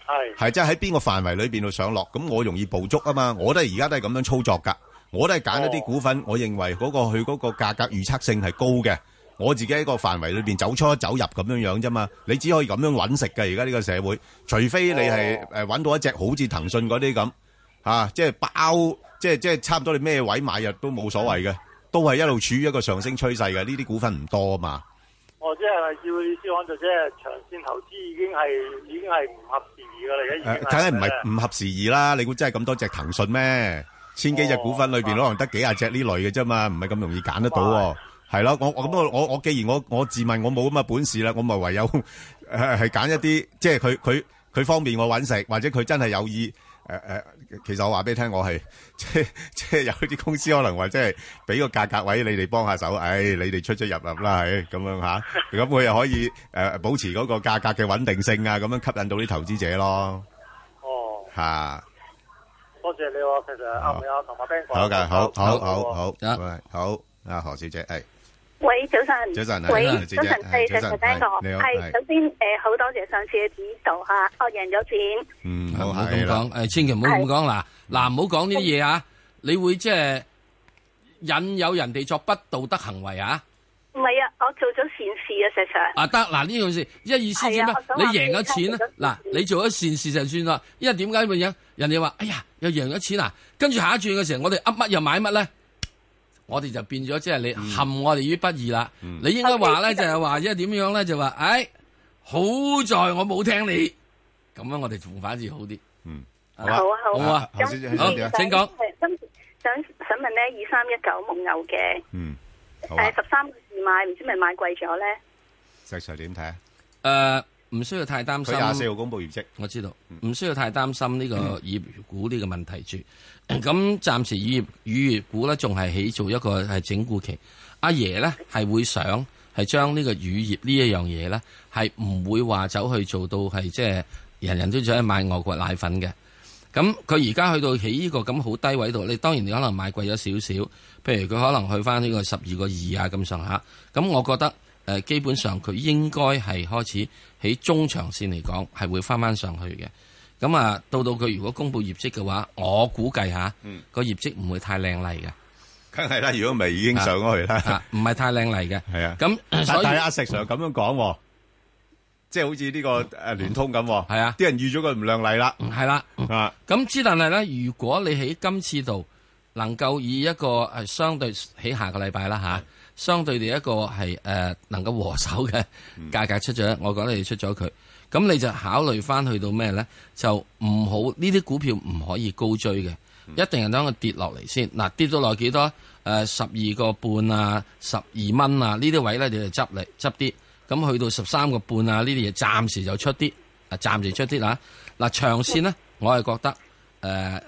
係。係即係喺邊個範圍裏邊度上落，咁我容易捕捉啊嘛。我都係而家都係咁樣操作㗎，我都係揀一啲哦股份，我認為嗰、個佢嗰個價格預測性係高嘅，我自己喺個範圍裏邊走出走入咁樣樣啫嘛。你只可以咁樣揾食嘅，而家呢個社會，除非你係誒揾到一隻好似騰訊嗰啲咁啊，即係包，即係即係差唔多你咩位買入都冇所謂嘅，都係一路處於一個上升趨勢嘅。呢啲股份唔多啊嘛。我哦即係咪照你意思講，就即係長線投資已經係已經係唔合時宜㗎啦，而家誒已經梗係唔係唔合時宜啦！你估真係咁多隻騰訊咩？千幾隻股份裏邊，可能得幾廿隻呢類嘅啫嘛，唔係咁容易揀得到喎。係咯，我我咁我我既然我我自問我冇咁嘅本事啦，我咪唯有誒係揀一啲，即係佢佢佢方便我揾食，或者佢真係有意誒誒、呃其實我話俾你聽，我係即係即係有啲公司可能話即係俾個價格位你哋幫下手，唉、你哋出出入入啦，係咁樣吓，咁佢又可以誒、呃保持嗰個價格嘅穩定性啊，咁樣吸引到啲投資者咯哦，嚇。多謝你喎，其實啱唔啱同埋 Ben 哥。好嘅，好好好好，啊喂好，阿何小姐，係喂，早晨，早晨啊喂，係早晨，係早晨早晨，聽過，係你好係係首先誒，好多謝上次嘅指導嚇，我贏咗錢，嗯，唔好好係咁啦，講，誒，千祈唔好咁講嗱，嗱，唔好講呢啲嘢啊，你會即係引誘人哋作不道德行為啊！唔係啊，我做咗善事啊，石 Sir，啊得嗱呢樣事，即係意思係點咧啊？你我想話贏咗錢咧俾你聽，嗱你做咗善事就算啦。因為點解咁樣？人哋話：哎呀，又贏咗錢啊！跟住下一轉嘅時候，我哋噏乜又買乜咧？我哋就變咗即係你陷我哋於不義啦。你應該話咧就係話，因為點樣咧就話，唉，好在我冇聽你，咁樣我哋仲反而好啲。嗯，好好啊好好啊，啊何小姐，咁何小姐好，請講係今次想想問咧，二三一九蒙牛嘅嗯，好啊誒，十三個字買，唔知咪買貴咗咧？石 Sir 點睇啊？誒，呃唔需要太擔佢廿四心。號嗯公布業績，我知道，唔需要太擔心呢個業股呢個問題住。咁暫時業乳業股咧，仲係起做一個係整固期。阿爺咧係會想係將呢個乳業呢一樣嘢咧，係唔會話走去做到係即係人人都走去買外國奶粉嘅。咁佢而家去到起呢個咁好低位度，你當然你可能買貴咗少少，譬如佢可能去翻呢個十二個二啊咁上下。咁我覺得誒、呃基本上佢應該係開始喺中長線嚟講係會翻翻上去嘅。咁啊，到到佢如果公布業績嘅話，我估計嚇嗯個、業績唔會太靚麗嘅，梗係啦，如果唔係已經上咗去啦，啊唔係太靚麗嘅。 係啊。咁但所以但係阿石 Sir 咁樣講喎，即係好似呢個誒聯通咁喎，係啊啲人預咗佢唔亮麗啦，係啦。啊，咁之但係咧，如果你喺今次度能夠以一個誒相對喺下個禮拜啦吓，相對地一個係誒、呃能夠和手嘅價格出咗，我覺得你出咗佢，咁你就考慮翻去到咩咧？就唔好呢啲股票唔可以高追嘅，一定係等佢跌落嚟先。嗱、跌到落幾多？誒十二個半啊，十二蚊啊，呢啲位咧你就執嚟執啲，咁去到十三個半啊，呢啲嘢暫時就出啲，啊暫時出啲啦。嗱，長線呢，我係覺得誒、呃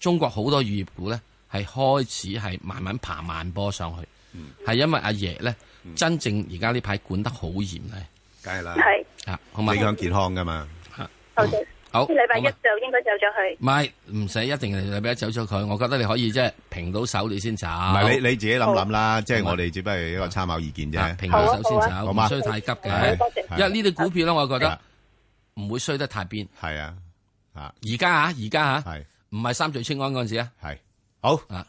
中國好多乳業股呢係開始係慢慢爬慢波上去，嗯係、因為阿爺呢，真正而家呢排管得好嚴咧，梗係啦，係，啊，好嘛影，響健康噶嘛，好嘅，好，呢禮拜一好嘛就應該走咗去，唔係唔使一定係禮拜一走咗佢，我覺得你可以即係平到手你先走，唔係你你自己諗諗啦，即係我哋只不過係一個參考意見啊啫，平到手先好走，好唔嘛需要太急係嘅，多謝因為呢啲股票咧，我覺係啊得唔會衰得太邊。係啊，啊而家嚇，而家嚇，係唔係三聚氰胺嗰陣時啊，係好。啊。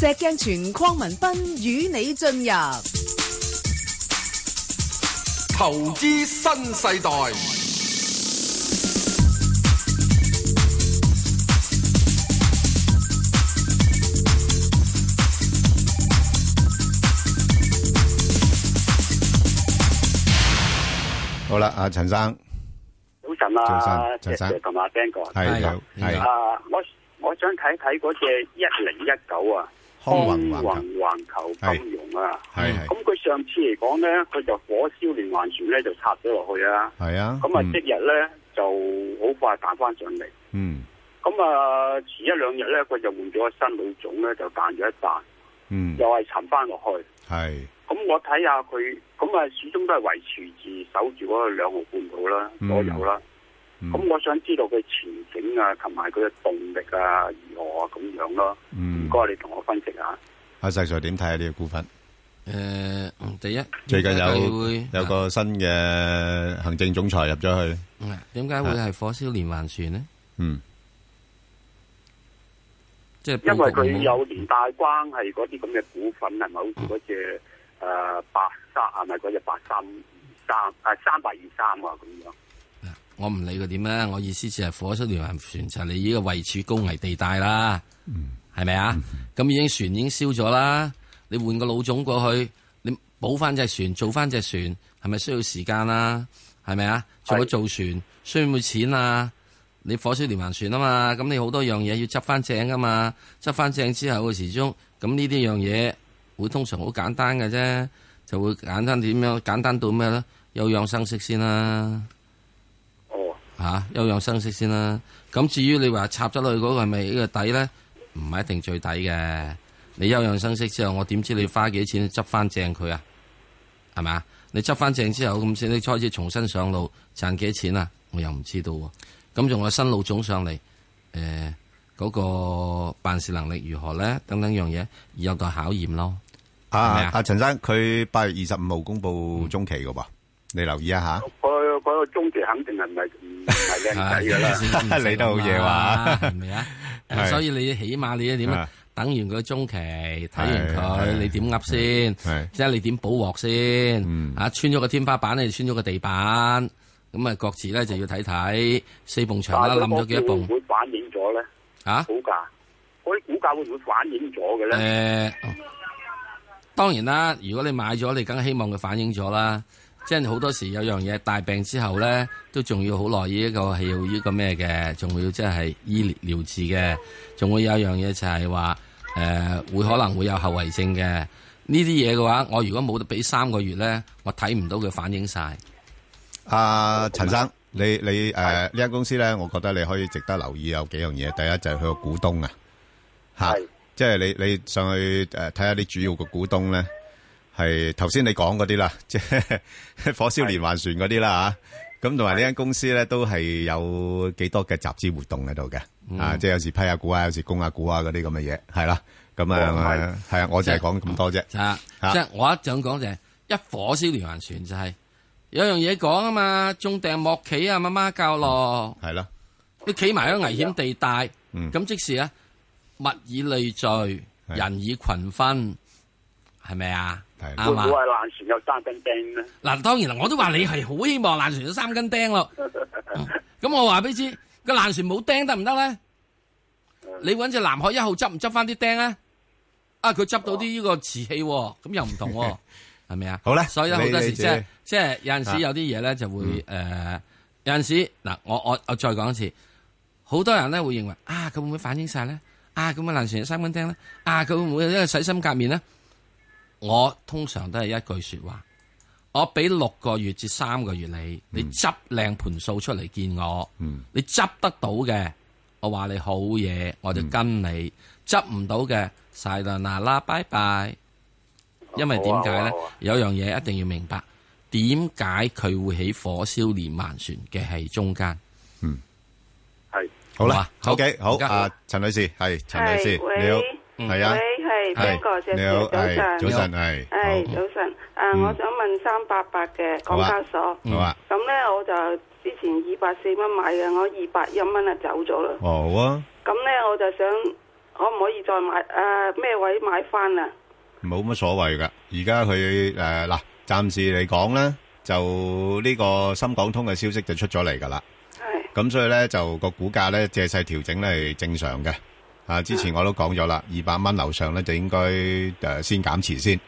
石鏡泉邝文斌與你進入投資新世代，好啦，阿陳生，早晨啊，早晨陳生謝謝同埋 Ben 哥，係係有係啊，我我想睇睇嗰只一零一九啊，康宏環康球宏環球金融啊，係係咁佢上次嚟講咧，佢就火燒連環船咧就插咗落去啊，係啊，咁啊嗯即日咧就好快彈翻上嚟，嗯咁啊遲一兩日咧佢就換咗個新老總咧就彈咗一彈，嗯又係沉翻落去，係咁我睇下佢，咁啊始終都係維持住守住嗰個兩毫半度啦，嗯左右啦。嗯咁我想知道佢前景啊，同埋佢嘅動力啊，如何啊咁樣咯。唔嗯，該，你同我分析下。阿石 Sir 點睇啊下呢個股份？誒，呃嗯第一最近點解有嗯會有個新嘅行政總裁入咗去，嗯點解會係火燒連環船呢？嗯即係因為佢佈局唔好有連帶關係嗰啲咁嘅股份，係咪好似嗰只誒八三啊係咪嗰只八三三啊三八二三啊咁樣？我唔理佢點啦，我意思就係火燒連環船就係你呢個位處高危地帶啦，係咪啊？咁已經船已經燒咗啦，你換個老總過去，你補翻隻船，做翻隻船，係咪需要時間啦？係咪啊？做咗造船，需唔要錢啊？你火燒連環船啊嘛，咁你好多樣嘢要執翻正噶嘛，執翻正之後嘅時鐘，咁呢啲樣嘢會通常好簡單嘅啫，就會簡單點樣？簡單到咩咧？休養生息先啦，哦，吓、啊休養生息先啦。咁至於你話插咗落去嗰個係咪呢個底咧？唔係一定最底嘅。你休養生息之後，我點知你花幾錢執翻正佢啊？係咪啊？你執翻正之後，咁先你開始重新上路，賺幾錢啊？我又唔知道喎。咁仲有新老總上嚟，誒、嗰、個辦事能力如何咧？等等樣嘢，有待考驗咯。啊，係咪啊？阿陳生，佢8月25號公佈中期㗎喎，你留意一下。佢嗰個中期肯定係唔 係唔啊係靚仔㗎啦。啊你都好嘢話係咪啊？係所以你起碼你一點啊啊？等完佢中期，睇完係嗯佢，你點噏先？係嗯即係你點補鑊先？啊，穿咗個天花板，你就穿咗個地板，咁啊各自咧就要睇睇四埲牆啦，冧咗幾多會埲唔會反映咗咧？啊？股價，嗰啲股價會唔會反映咗嘅咧？誒、哦當然啦，如果你買咗，你梗係希望佢反映咗啦。即係好多時有樣嘢大病之後咧，都仲要好耐呢一個係要呢個咩嘅，仲要即係醫療療治嘅，仲會有一樣嘢就係話誒會可能會有後遺症嘅。呢啲嘢嘅話，我如果冇得俾三個月咧，我睇唔到佢反映晒。啊，陳生，你-你，誒，呢間公司呢，我覺得你可以值得留意有幾樣嘢。第一就係佢個股東啊，嚇，係。即係你-你上去，誒，睇下啲主要嘅股東呢，係頭先你講嗰啲啦，即係 火燒連環船嗰啲啦，嚇。咁同埋呢間公司呢，都係有幾多嘅集資活動喺度嘅，啊，即係有時批下股啊，有時供下股啊嗰啲咁嘅嘢，係啦。咁啊，哦，係。係啊，我就係講咁多啫。啊，啊即係我一想講就係一火燒連環船就係、有樣嘢講啊嘛，種定莫企啊，媽媽教咯。你企埋喺危險地帶，咁、嗯即時啊，物以類聚，係人以群分，係咪啊？係啱會唔會啊！係爛船有三根釘咧？嗱，當然啦，我都話你係好希望爛船有三根釘咯。嗯咁、我話俾你知，個爛船冇釘得唔得咧？嗯你揾只南海一號執唔執翻啲釘啊？啊，佢執到啲呢個瓷器喎，咁又唔同 喎，係咪啊？哦好啦所以好你多你時自己即係即係有陣啊嗯時有啲嘢咧就會誒，有陣時嗱，我我我再講一次，好多人咧會認為啊，佢會唔會反映晒咧？啊，咁嘅爛船有三根釘咧？啊，佢會唔會呢個洗心革面咧？我通常都係一句説話，我俾六個月至三個月你，你執靚盤數出嚟見我，嗯你執得到嘅，我話你好嘢，我嗯就跟你；執唔到嘅，晒啦嗱啦，拜拜。因為點解好啊呢？好啊好啊有樣嘢一定要明白，點解佢會起火燒連環船嘅係中間？係好啦，好啊，好。 OK，好，唔該。啊，陳女士，係，陳女士，你好，係啊，喂，係，係邊啊個姐你姐？好，早係，晨，早晨，嗯係係，好，早晨。誒，我想問三八八嘅好港啊交所，好啊，咁咧我就之前二百四蚊買嘅，我二百一蚊啊走咗啦。哦咁咧我就想可唔可以再買誒咩位買翻啊？好啊，冇乜所謂㗎，而家佢，誒，嗱，暫時嚟講呢，就呢個深港通嘅消息就出咗嚟㗎啦，係咁所以呢，就個股價呢，借勢調整係正常嘅。啊，之前我都講咗啦，200蚊樓上呢，就應該，呃，先減持先。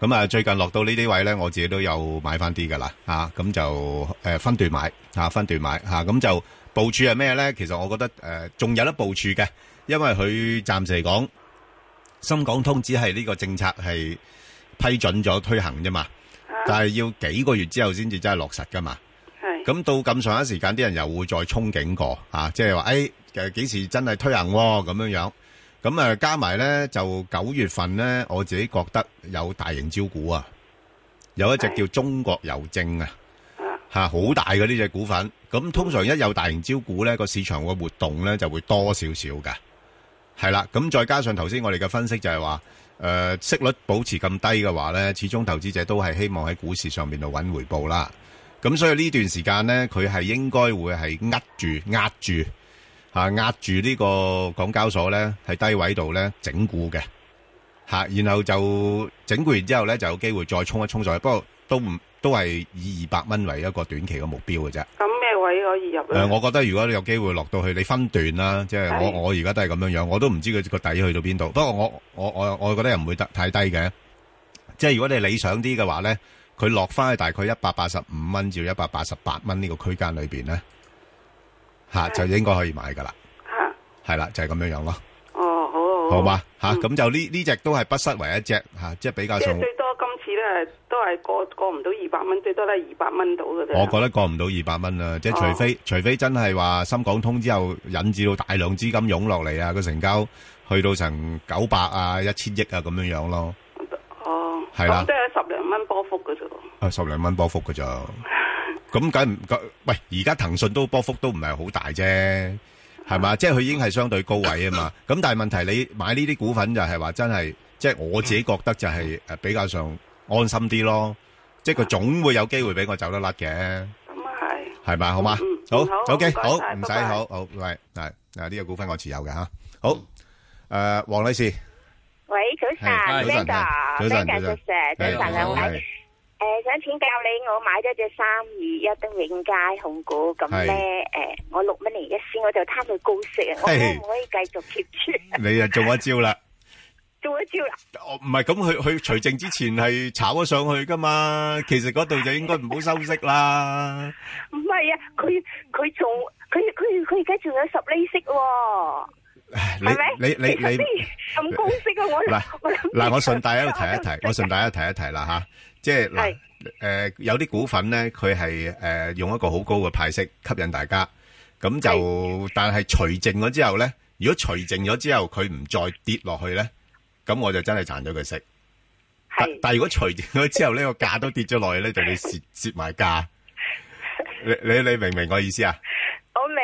咁啊，最近落到呢啲位呢，我自己都有買返啲㗎啦。啊，咁就，呃，分段買，啊，分段買。啊，咁就部署係咩呢？其實我覺得，呃，仲有得部署嘅，因為佢暫時嚟講，深港通只係呢個政策係批准咗、推行咋嘛。但係要幾個月之後先至真係落實噶嘛。係咁到咁上一時間，啲人又會再憧憬過啊，即係話誒誒幾時真係推行喎咁樣樣。咁啊加埋咧就九月份咧，我自己覺得有大型招股啊，有一隻叫中國郵政啊。吓好大嘅呢只股份，咁通常一有大型招股咧，個市場嘅活動咧就會多少少嘅，係啦。咁再加上頭先我哋嘅分析就係話，诶、息率保持咁低嘅話咧，始終投資者都係希望喺股市上面度揾回報啦。咁所以呢段時間咧，佢係應該會係呃住、壓住吓、壓住呢個港交所咧，係低位度咧整固嘅。吓，然後就整固完之後咧，就有機會再衝一衝上去。不過都唔都係以二百蚊為一個短期嘅目標嘅啫。誒、咁咩位可以入啊咧？呃我覺得如果你有機會落到去，你分段啦，即係我係我而家都係咁樣樣，我都唔知佢個底去到邊度。不過我我我我覺得又唔會得太低嘅。即係如果你理想啲嘅話咧，佢落翻去大概一百八十五蚊至一百八十八蚊呢個區間裏邊咧，吓、就應該可以買噶啦。係啦，就係、咁樣樣咯，哦，好好好嘛吓，咁、就呢呢只都係不失為一隻吓、即係比較嗯即上係，最多今次咧都係過過唔到二百蚊，最多都係二百蚊到啊嘅啫。我覺得過唔到二百蚊啦，即係除非、除非真係話深港通之後引致到大量資金湧落嚟啊，個成交去到成九百啊、一千億啊咁樣樣咯，哦，係啦咁都係十零蚊波幅嘅啫喎。啊十零蚊波幅嘅咋，咁梗唔夠喂，而家騰訊都波幅都唔係好大啫，係嘛？即係佢已經係相對高位啊嘛。咁但係問題你買呢啲股份就係話真係，即係我自己覺得就係誒比較上安心啲咯，即係佢總會有機會俾我走得甩嘅。咁啊係。系嘛，好嘛嗯，好嗯好，OK，唔該好，晒唔使，拜拜好好，喂，系嗱呢個股份我持有嘅吓，好，诶，黄女士，喂，早晨係，Bang 早晨早哥，Bang 哥，晨早晨，早晨兩位。诶，想請教你，我買咗隻三二一的永佳控股，咁係咧诶，誒我六蚊零一仙，我就貪佢高息啊，我係可唔可以繼續 keep 住 你又做一招啦，做一招啦？哦唔係咁，佢佢除證之前係炒咗上去噶嘛，其實嗰度就應該唔好收息啦，唔係啊，佢佢仲佢佢佢而家仲有十厘息喎，你係咪？你你其實你呢 咁高息啊，我嗱我諗嗱，我順帶一路提一提，我順帶一提一提啦吓，即係嗱係誒有啲股份咧，佢係誒用一個好高嘅派息吸引大家，咁就但係除淨咗之後咧，如果除淨咗之後佢唔再跌落去咧，咁我就真係賺咗佢息。但但係如果除淨咗之後呢個價都跌咗落去咧，就你蝕蝕埋價。你你你明唔明我意思啊？我未。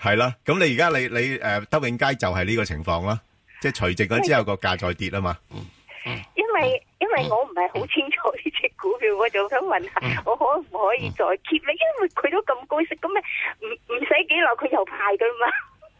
係啦，咁你而家你你誒德永佳就係呢個情況啦，即係除淨咗之後個價再跌啊嘛。因為因为我唔係好清楚呢只股票，我就想問下，我可唔可以再 keep 咧？因為佢都咁高息，咁咪唔唔使幾耐佢又派噶嘛？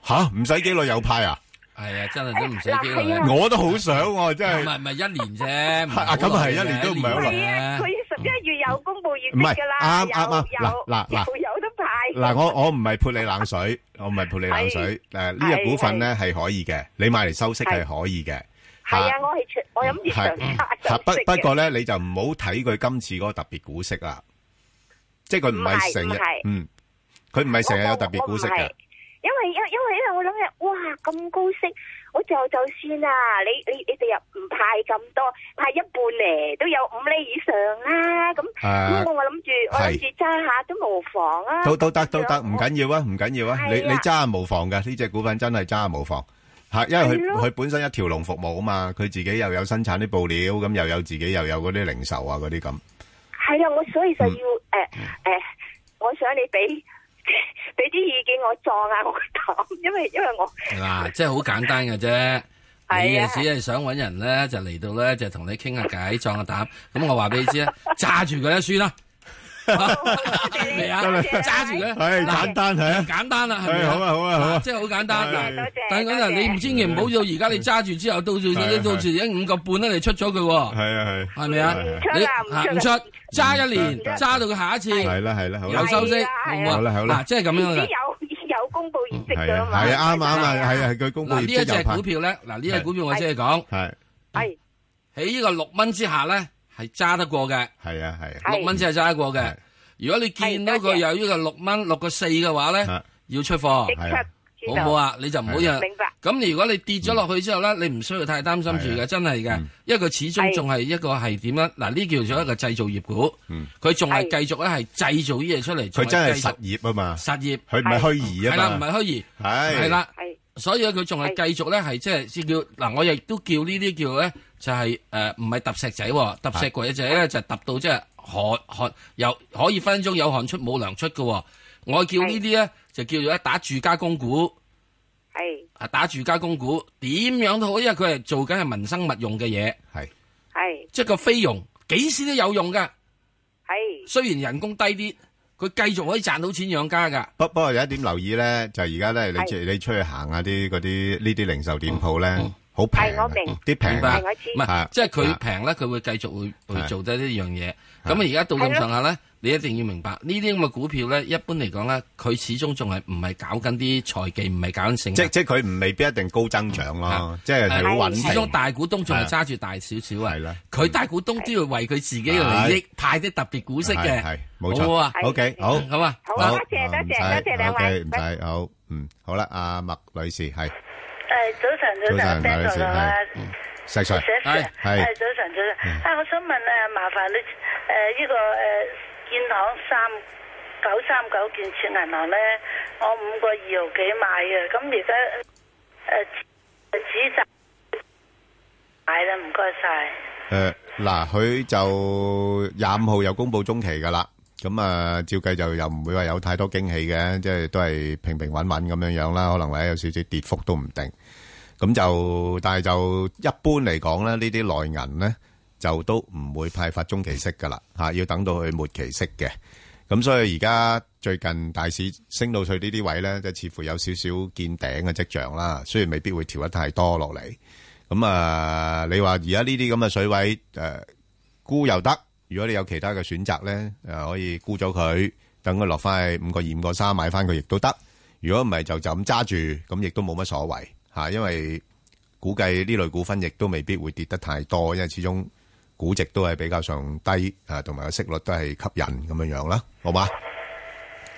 吓，唔使幾耐有派啊？系啊，真係都唔使幾嗱係耐啊。我都好想 喎，真係。唔係唔係一年啫，唔係啊咁好耐係一年嘅都唔係好耐一年啊佢嘅十一月有公佈業唔係績噶啦，啱啱啱有有嗱嗱嗱又有得派。嗱，我我唔係潑你冷水，我唔係潑你冷水。誒，呢只股份咧係可以嘅，你買嚟收息係可以嘅。係 à. 啊，我係全我諗住長揸嚇不不過咧，咧，你就唔好睇佢今次嗰個特別股息啦，即係佢唔唔係係成唔日係，嗯，佢唔係成日有特別股息我唔嘅係。因為因為因為因為我諗嘅，哇咁高息，我就就算啊，你你你哋又唔派咁多，派一半咧都有五厘以上啦，咁誒咁我我諗住我諗住揸下都無妨啊，都都得都得，唔緊要啊，唔緊要啊，你係啊你揸下無妨嘅，呢只股份真係揸下無妨吓，因為係佢咯佢本身一條龍服務啊嘛，佢自己又有生產啲布料，咁又有自己又有嗰啲零售啊嗰啲咁，係啦，我所以就要誒誒、我想你俾 俾啲意見我撞下 我頭，因為因為 我嗱，即係好簡單嘅啫。你係啊啊，只係想揾人咧，就嚟到咧就同你傾下偈，撞下膽。咁我話俾你知啊，揸住佢一算 啦。係啊，揸住佢。唉，簡單係啊，簡單啦，係咪唉好啊好啊好啊即係好簡單。係多嗱謝，但係嗰陣你唔千祈唔好到而家你揸住之後，到係係到到時已經五個半啦，你出咗佢喎。係啊係，係咪啊？出啦你啊唔唔出出啦揸一年唔出，揸到佢下一次係啦係啦，好啦有。收息，好係唔啦好好啦啊？好啦嗱，即係咁樣啦已經。有 有公佈業績係㗎啦啊，嘛，係啊，啱啊啱啊，係啊，係佢公布嗱，業呢績一就隻派股，票咧，嗱呢只股票我即係講係係喺呢個六蚊之下咧，係揸得過嘅。係啊係啊，六蚊只係揸得過嘅。如果你見到佢有呢個六蚊六個四嘅話咧啊，要出貨，即刻好知唔道好啊？你就唔好係有。明白。咁如果你跌咗落去之後咧，你唔需要太擔心住嗯係啊嗯嘅，真係嘅，因為佢始終仲係一個係點咧？嗱，呢叫做一個製造業股嗯，佢仲係繼續咧係製造呢嘢出嚟，佢真係實實業啊嘛，實業，佢唔係虛擬係啦，啊唔嘛，係虛擬，係係啦。係所以咧，佢仲係繼續咧，係即係先叫嗱，我亦都叫呢啲叫咧，就係誒唔係揼石仔喎，揼石鬼仔咧就揼到即係汗汗，又可以分分鐘有汗出冇糧出嘅喎。我叫呢啲咧就叫做一打住家公股，係啊打住家公股點樣都好，因為佢係做緊係民生物用嘅嘢，係係即係個菲傭幾時都有用㗎。係雖然人工低啲，佢繼續可以賺到錢養家㗎。不不過有一點留意咧，就係而家咧，你出你出去行下啲嗰啲呢啲零售店鋪咧，好平係啊我明，啲平明白，係我知唔係係即係啊佢平咧，佢會繼續會係啊會做得呢樣嘢。咁啊，而家到咁上下咧，你一定要明白呢啲咁嘅股票咧，一般嚟講咧，佢始終仲係唔係搞緊啲財技，唔係搞緊啊性格。即即佢唔未必一定高增長咯，即係好穩定。始終大股東仲係揸住大少少啊。啦，佢大股東都要為佢自己嘅利益派啲特別股息嘅。係係冇好唔錯好啊。 OK，好咁啊，好啊多謝多謝多謝兩 OK，位唔使好，嗯，好啦，阿麥女士係诶，早晨，早晨， Ben 麥女士哥啊係，石 Sir 石 Sir，哎係诶，早晨，早晨。啊，我想問啊，麻煩你诶呢個诶建行三九三九建設銀行咧，我五個二毫幾買嘅，咁而家诶指責買啦，唔該晒。誒嗱，佢就廿五號又公佈中期噶啦，咁啊照計就又唔會話有太多驚喜嘅，即係都係平平穩穩咁樣樣啦，可能或者有少少跌幅都唔定。咁就但係就一般嚟講咧，呢啲內銀咧就都唔會派發中期息噶啦，嚇、要等到佢末期息嘅。咁所以而家最近大市升到去呢啲位咧，就似乎有少少見頂嘅跡象啦。雖然未必會調得太多落嚟。咁啊、你話而家呢啲咁嘅水位，誒、呃沽又得。如果你有其他嘅選擇咧，誒、可以沽咗佢，等佢落翻去五個二、五個三買翻佢，亦都得。如果唔係就就咁揸住，咁亦都冇乜所謂嚇、因為估計呢類股份亦都未必會跌得太多，因為始終估值都係比較上低啊，同埋個息率都係吸引咁樣樣啦，好嘛？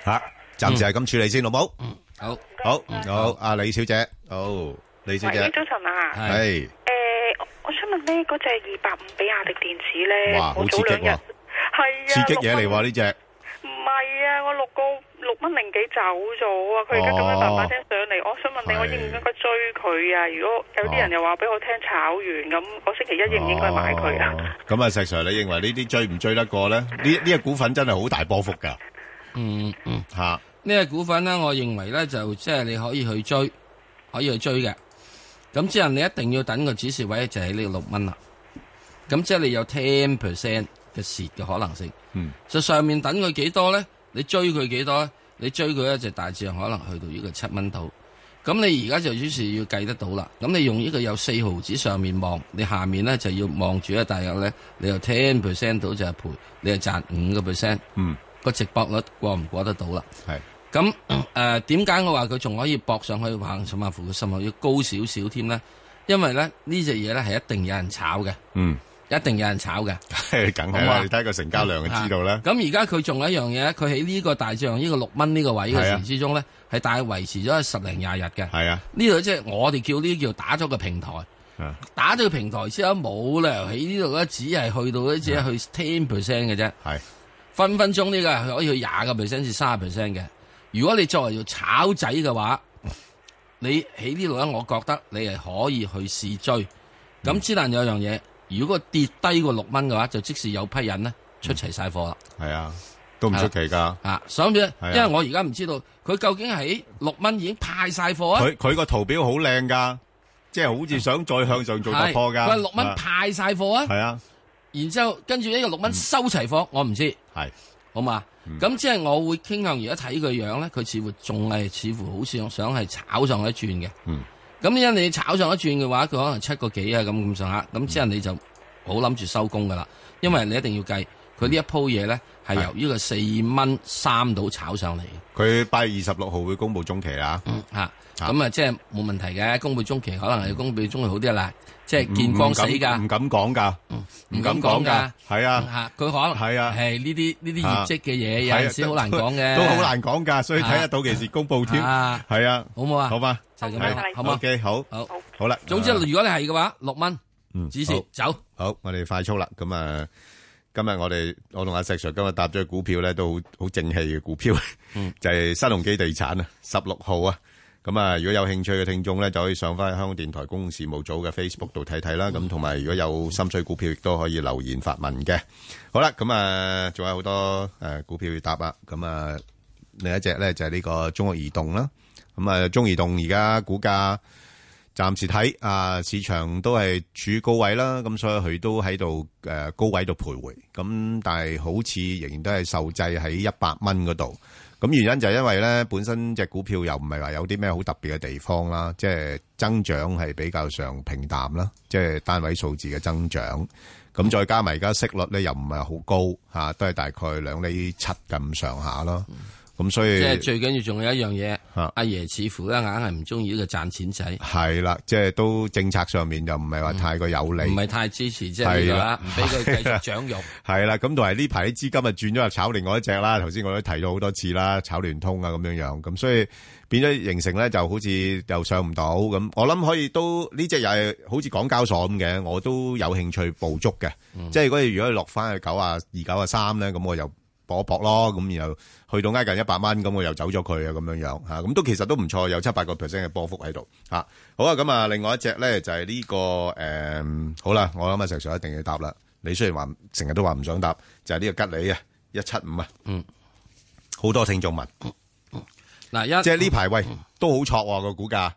嚇、暫時係咁處理先，好冇？嗯好，好，好，阿李小姐，好，李小姐喂，，早晨啊，係。诶、我想問咧，嗰只二百五比亞迪電子咧，哇，我好早刺激兩日喎！係刺啊，激嘢嚟六喎蚊呢只，唔係啊，我六個六蚊零幾走咗啊，佢而家咁樣慢慢聽上嚟，我想問你，我應唔應該追佢啊？如果有啲人又話俾我聽炒完，咁我星期一應唔應該買佢啊？咁啊石 Sir，你認為呢啲追唔追得過咧？呢呢只股份真係好大波幅㗎，嗯嗯吓，呢個股份咧，我認為咧就即係你可以去追，可以去追嘅。咁之後你一定要等個指示位就喺呢個六蚊啦。咁即係你有 ten percent 嘅蝕嘅可能性。嗯，就上面等佢幾多咧？你追佢幾多咧？你追佢咧就大致上可能去到呢個七蚊度。咁你而家就於是要計得到啦。咁你用呢個有四毫子上面望，你下面咧就要望住咧，大約咧你有 ten percent 到就係賠，你係賺五個 percent。嗯，個直播率過唔過得到啦？係。咁誒點解我話佢仲可以搏上去橫啊上馬乎佢甚至要高少少添咧？因為咧呢只嘢咧係一定有人炒嘅，嗯，一定有人炒嘅。 梗係好啦，啊你睇個成交量就知道啦。咁而家佢仲有一樣嘢，佢喺呢個大致上呢個六蚊呢個位係嘅啊時之中咧，係大概維持咗十零廿日嘅。係啊，呢度即係我哋叫呢啲叫打咗個平台啊。打咗個平台之後，冇理由喺呢度咧，只係去到咧，只係去 ten percent 嘅啫。係分分鐘呢個係可以去廿個 percent 至三十 percent 嘅。如果你作為要炒仔嘅話，你喺呢度咧，我覺得你係可以去試追。嗯咁之但有樣嘢，如果跌低過六蚊嘅話，就即使有批人咧出齊晒貨啦。係啊，都唔出奇㗎。啊，所以啊因為我而家唔知道佢究竟喺六蚊已經派晒貨啊。佢佢個圖表好靚㗎，即係好似想再向上做突破㗎。係佢係六蚊派晒貨啊。係嗯啊，然之後跟住呢個六蚊收齊貨，我唔知。係好嘛？嗯咁即係我會傾向而家睇佢樣咧，佢似乎仲係似乎好似想係炒上一轉嘅。嗯。咁因為你炒上一轉嘅話，佢可能七個幾啊咁咁上下，咁之後你就好諗住收工噶啦，因為你一定要計佢呢一鋪嘢咧係由呢個四蚊三到炒上嚟嘅。佢八月二十六號會公佈中期啦。吓，咁啊，即係冇問題嘅。公佈中期可能係公佈中期好啲啦，即係見光死㗎，唔敢講㗎，唔敢講㗎。係啊，嚇佢可能係啊，係呢啲呢啲業績嘅嘢有係啊陣時好難都講嘅，都好難講㗎，所以睇下到期時公佈 À. 添。啊係啊，好唔好啊？好嘛，就係咁樣係好嘛？OK，好，好，好啦。總之，如果你係嘅話，六蚊。嗯，指示好走。好，我哋快速啦。咁啊，今日我哋我同阿石 Sir 今日搭咗嘅股票咧，都好好正氣嘅股票， 就係新鴻基地產啊，十六號啊。咁啊，如果有興趣嘅聽眾咧，就可以上翻香港電台公共事務組嘅 Facebook 度睇睇啦。咁同埋如果有心水股票，亦都可以留言發問嘅。好啦，咁啊，仲有好多誒股票要答啊。咁啊，另一隻咧就係呢個中國移動啦。咁啊，中移動而家股價。暫時睇啊，市場都係處於高位啦，咁所以佢都喺度誒高位度徘徊，咁但係好似仍然都係受制喺一百蚊嗰度，咁咁原因就係因為咧，本身只股票又唔係話有啲咩好特別嘅地方啦，即係增長係比較上平淡啦，即係單位數字嘅增長。咁再加埋而家息率咧又唔係好高嚇、啊都係大概兩厘七咁上下咯。咁所以即係最緊要仲有一樣嘢，啊阿爺似乎咧硬係唔中意呢個賺錢仔，係啦，即係都政策上面就唔係話太過有利，嗯唔係太支持即係呢個啦，唔俾佢繼續長 肉。係啦，咁同埋呢排啲資金啊轉咗入炒另外一隻啦，頭先我都提咗好多次啦，炒聯通啊咁樣樣，咁所以變咗形成咧就好似又上唔到咁，我諗可以都呢只又係好似港交所咁嘅，我都有興趣捕捉嘅，嗯即係如果如果落翻去九啊二九啊三咧，咁我又。搏一搏咯，咁然後去到挨近一百蚊，咁我又走咗佢啊，咁樣樣嚇，咁都其實都唔錯，有七八個 percent 嘅波幅喺度嚇。好啊，咁啊，另外一隻咧就係、呢、個誒、嗯好啦，我諗啊，石 Sir 一定要答啦。你雖然話成日都話唔想答，就係、呢個吉利啊，一七五啊，嗯，啊好多聽眾問，嗱一即係呢排喂嗯都好挫喎個股價，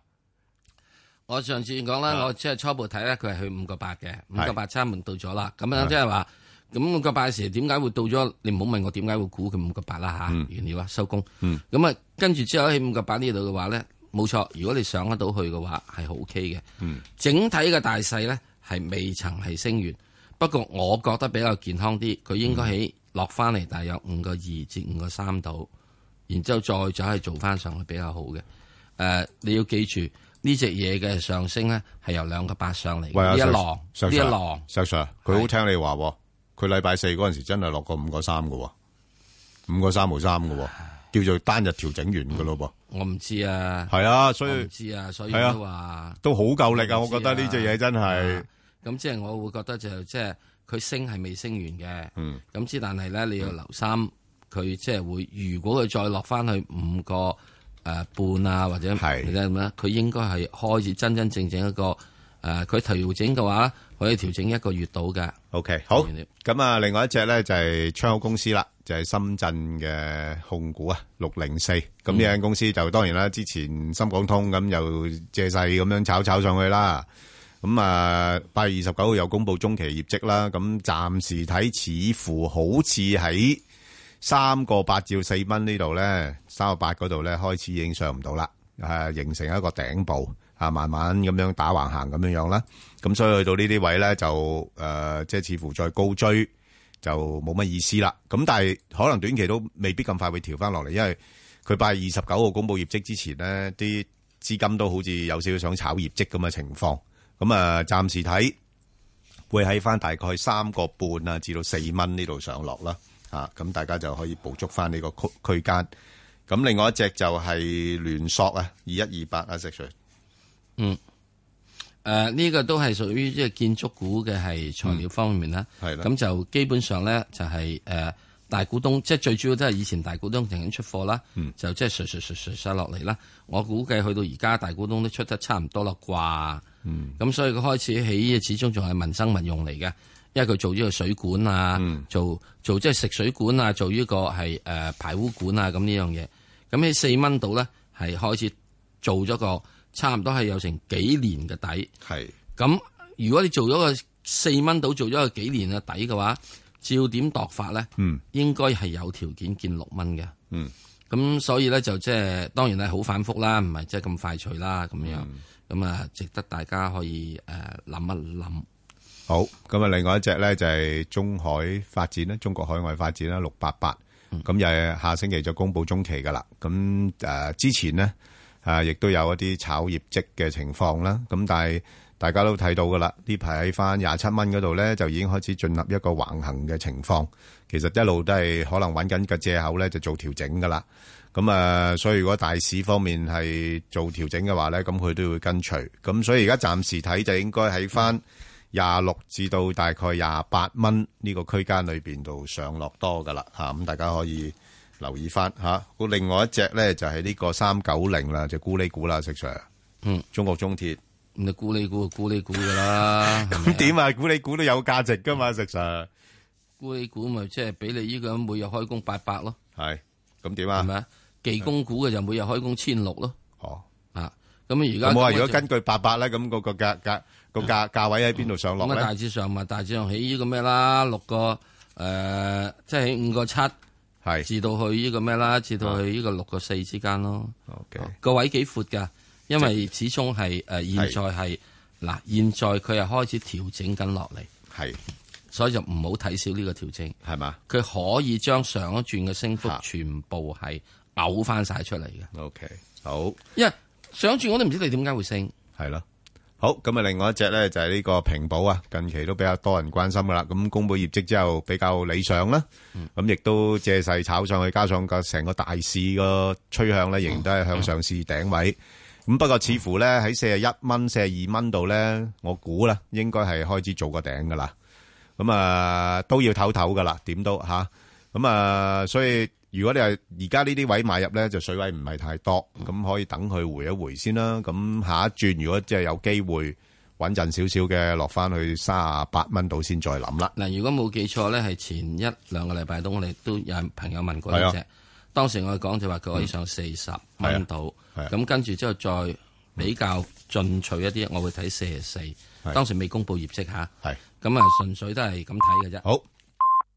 我上次講啊啦，我即係初步睇咧，佢係去五個八嘅，五個八差唔多到咗啦。咁樣係即係話，咁五個八嘅時點解會到咗？你唔好問我點解會估佢五個八啦吓，完了啦，收工。嗯咁啊，跟住之後喺五個八呢度嘅話咧，冇錯。如果你上得到去嘅話，係好 OK 嘅。嗯整體嘅大勢咧係未曾係升完，不過我覺得比較健康啲，佢應該嗯喺落翻嚟大約五個二至五個三度，然之後再走係做翻上去比較好嘅。誒、你要記住呢只嘢嘅上升咧係由兩個八上嚟嘅，喂啊呢一石浪石呢一 Sir，浪石 Sir，佢好聽你話喎，佢禮拜四嗰陣時真係落過五個三嘅喎，五個三毫三嘅喎，叫做單日調整完嘅咯噃。我唔知啊，係啊，所嗯我以唔知啊，所以係啊都話都好夠力啊！我我唔知啊覺得呢隻嘢真係。咁即係啊我會覺得就即係佢升係未升完嘅，嗯咁之但係咧你要留心佢即係會，如果佢再落翻去五個誒、呃半啊或者或者咁咧，佢應該係開始真真正正一個誒，呃佢、調整嘅話可以調整一個月到嘅。 OK，好。咁啊，另外一隻咧就係窗口公司啦，就係深圳嘅控股啊，六零四。咁呢間公司就當然啦，之前深港通咁又借勢咁樣炒炒上去啦。咁啊，八月二十九號又公布中期業績啦。咁暫時睇，似乎好似喺三個八至四蚊呢度咧，三個八嗰度咧開始已經上唔到啦，誒、形成一個頂部啊，慢慢咁樣打橫行咁樣樣啦。咁所以去到呢啲位咧就誒、呃即係似乎再高追就冇乜意思啦。咁但係可能短期都未必咁快會調翻落嚟，因為佢八月二十九號公布業績之前咧，啲資金都好似有少少想炒業績咁嘅情況。咁啊，暫時睇。會喺翻大概三個半啊，至到四蚊呢度上落啦。啊，咁大家就可以捕捉翻呢個區區間。咁另外一隻就係聯塑啊，二一二八啊，石 Sir。嗯，誒、呃呢、個都係屬於即係建築股嘅係材料方面啦。嗯係啦咁就基本上咧就係、誒、大股東，即係最主要都係以前大股東曾經出貨啦，嗯就即係垂垂垂垂晒落嚟啦。我估計去到而家大股東都出得差唔多啦啩。嗯咁所以佢開始起，始終仲係民生民用嚟嘅，因為佢做呢個水管啊，嗯做做即係食水管啊，做呢個係誒、呃排污管啊咁呢樣嘢。咁喺四蚊度咧，係開始做咗個差唔多係有成幾年嘅底。係咁，如果你做咗個四蚊度做咗個幾年嘅底嘅話，照點度法咧，嗯應該係有條件見六蚊嘅。嗯咁所以咧就即係當然係好反覆啦，唔係即係咁快脆啦咁樣。嗯咁啊、值得大家可以呃誒諗、一諗。好，咁啊，另外一隻咧就係中海發展啦，中國海外發展啦，六八八。咁又係下星期就公布中期噶啦。咁誒、呃之前呢，啊，亦都有一啲炒業績嘅情況啦。咁但係大家都睇到噶啦，呢排喺翻廿七蚊嗰度咧，就已經開始進入一個橫行嘅情況。其實一路都係可能揾緊個藉口咧，就做調整噶啦。咁啊，所以如果大市方面係做調整嘅話咧，咁佢都會跟隨。咁所以而家暫時睇就應該喺翻廿六至到大概廿八蚊呢個區間裏邊度上落多噶啦嚇。咁、大家可以留意翻嚇。咁、另外一隻咧就係、呢個三九零啦，就咕喱股啦，石 Sir。嗯，中國中鐵。你估你估就估你估噶啦， 咁點啊？估你估都有價值噶嘛，石 Sir。估你估咪即係俾你呢個人每日開工八百咯。係，咁點啊？係咪啊？技工股嘅就每日開工千六咯。哦，啊，咁而家咁我話咁如果就根據八百咧，咁個個價價個價價位喺邊度上落咁啊，咧大？致上咪大致上起呢個咩啦，六個誒、呃即係起五個七，係至到去呢個咩啦，至到去呢個六個四之間咯。 OK，個位幾闊㗎，因為始終係誒現在係嗱，現在佢係開始調整緊落嚟，係，所以就唔好睇少呢個調整，係嘛？佢可以將上一轉嘅升幅全部係嘔翻晒出嚟嘅。 OK，好，因為上一轉我都唔知你點解會升，係咯。好，咁啊，另外一隻咧就係呢個平保啊，近期都比較多人關心噶啦。咁公布業績之後比較理想啦，咁亦都借勢炒上去，加上個成個大市個趨向咧，仍然都係向上試頂位。咁不過似乎咧喺四十一蚊、四十二蚊度咧，我估啦應該係開始做個頂噶啦。咁啊都要唞唞噶啦，點都吓。咁啊，所以如果你係而家呢啲位買入咧，就水位唔係太多，咁可以等佢回一回先啦。咁下一轉如果即係有機會穩陣少少嘅，落翻去三啊八蚊度先再諗啦。嗱，如果冇記錯咧，係前一兩個禮拜到我哋都有朋友問過係呢啊只，當時我哋講就話佢可以上四十蚊到，啊咁跟住之後再比較進取一啲，我會睇四十四。當時未公布業績嚇，係咁啊，純粹都係咁睇嘅啫。好，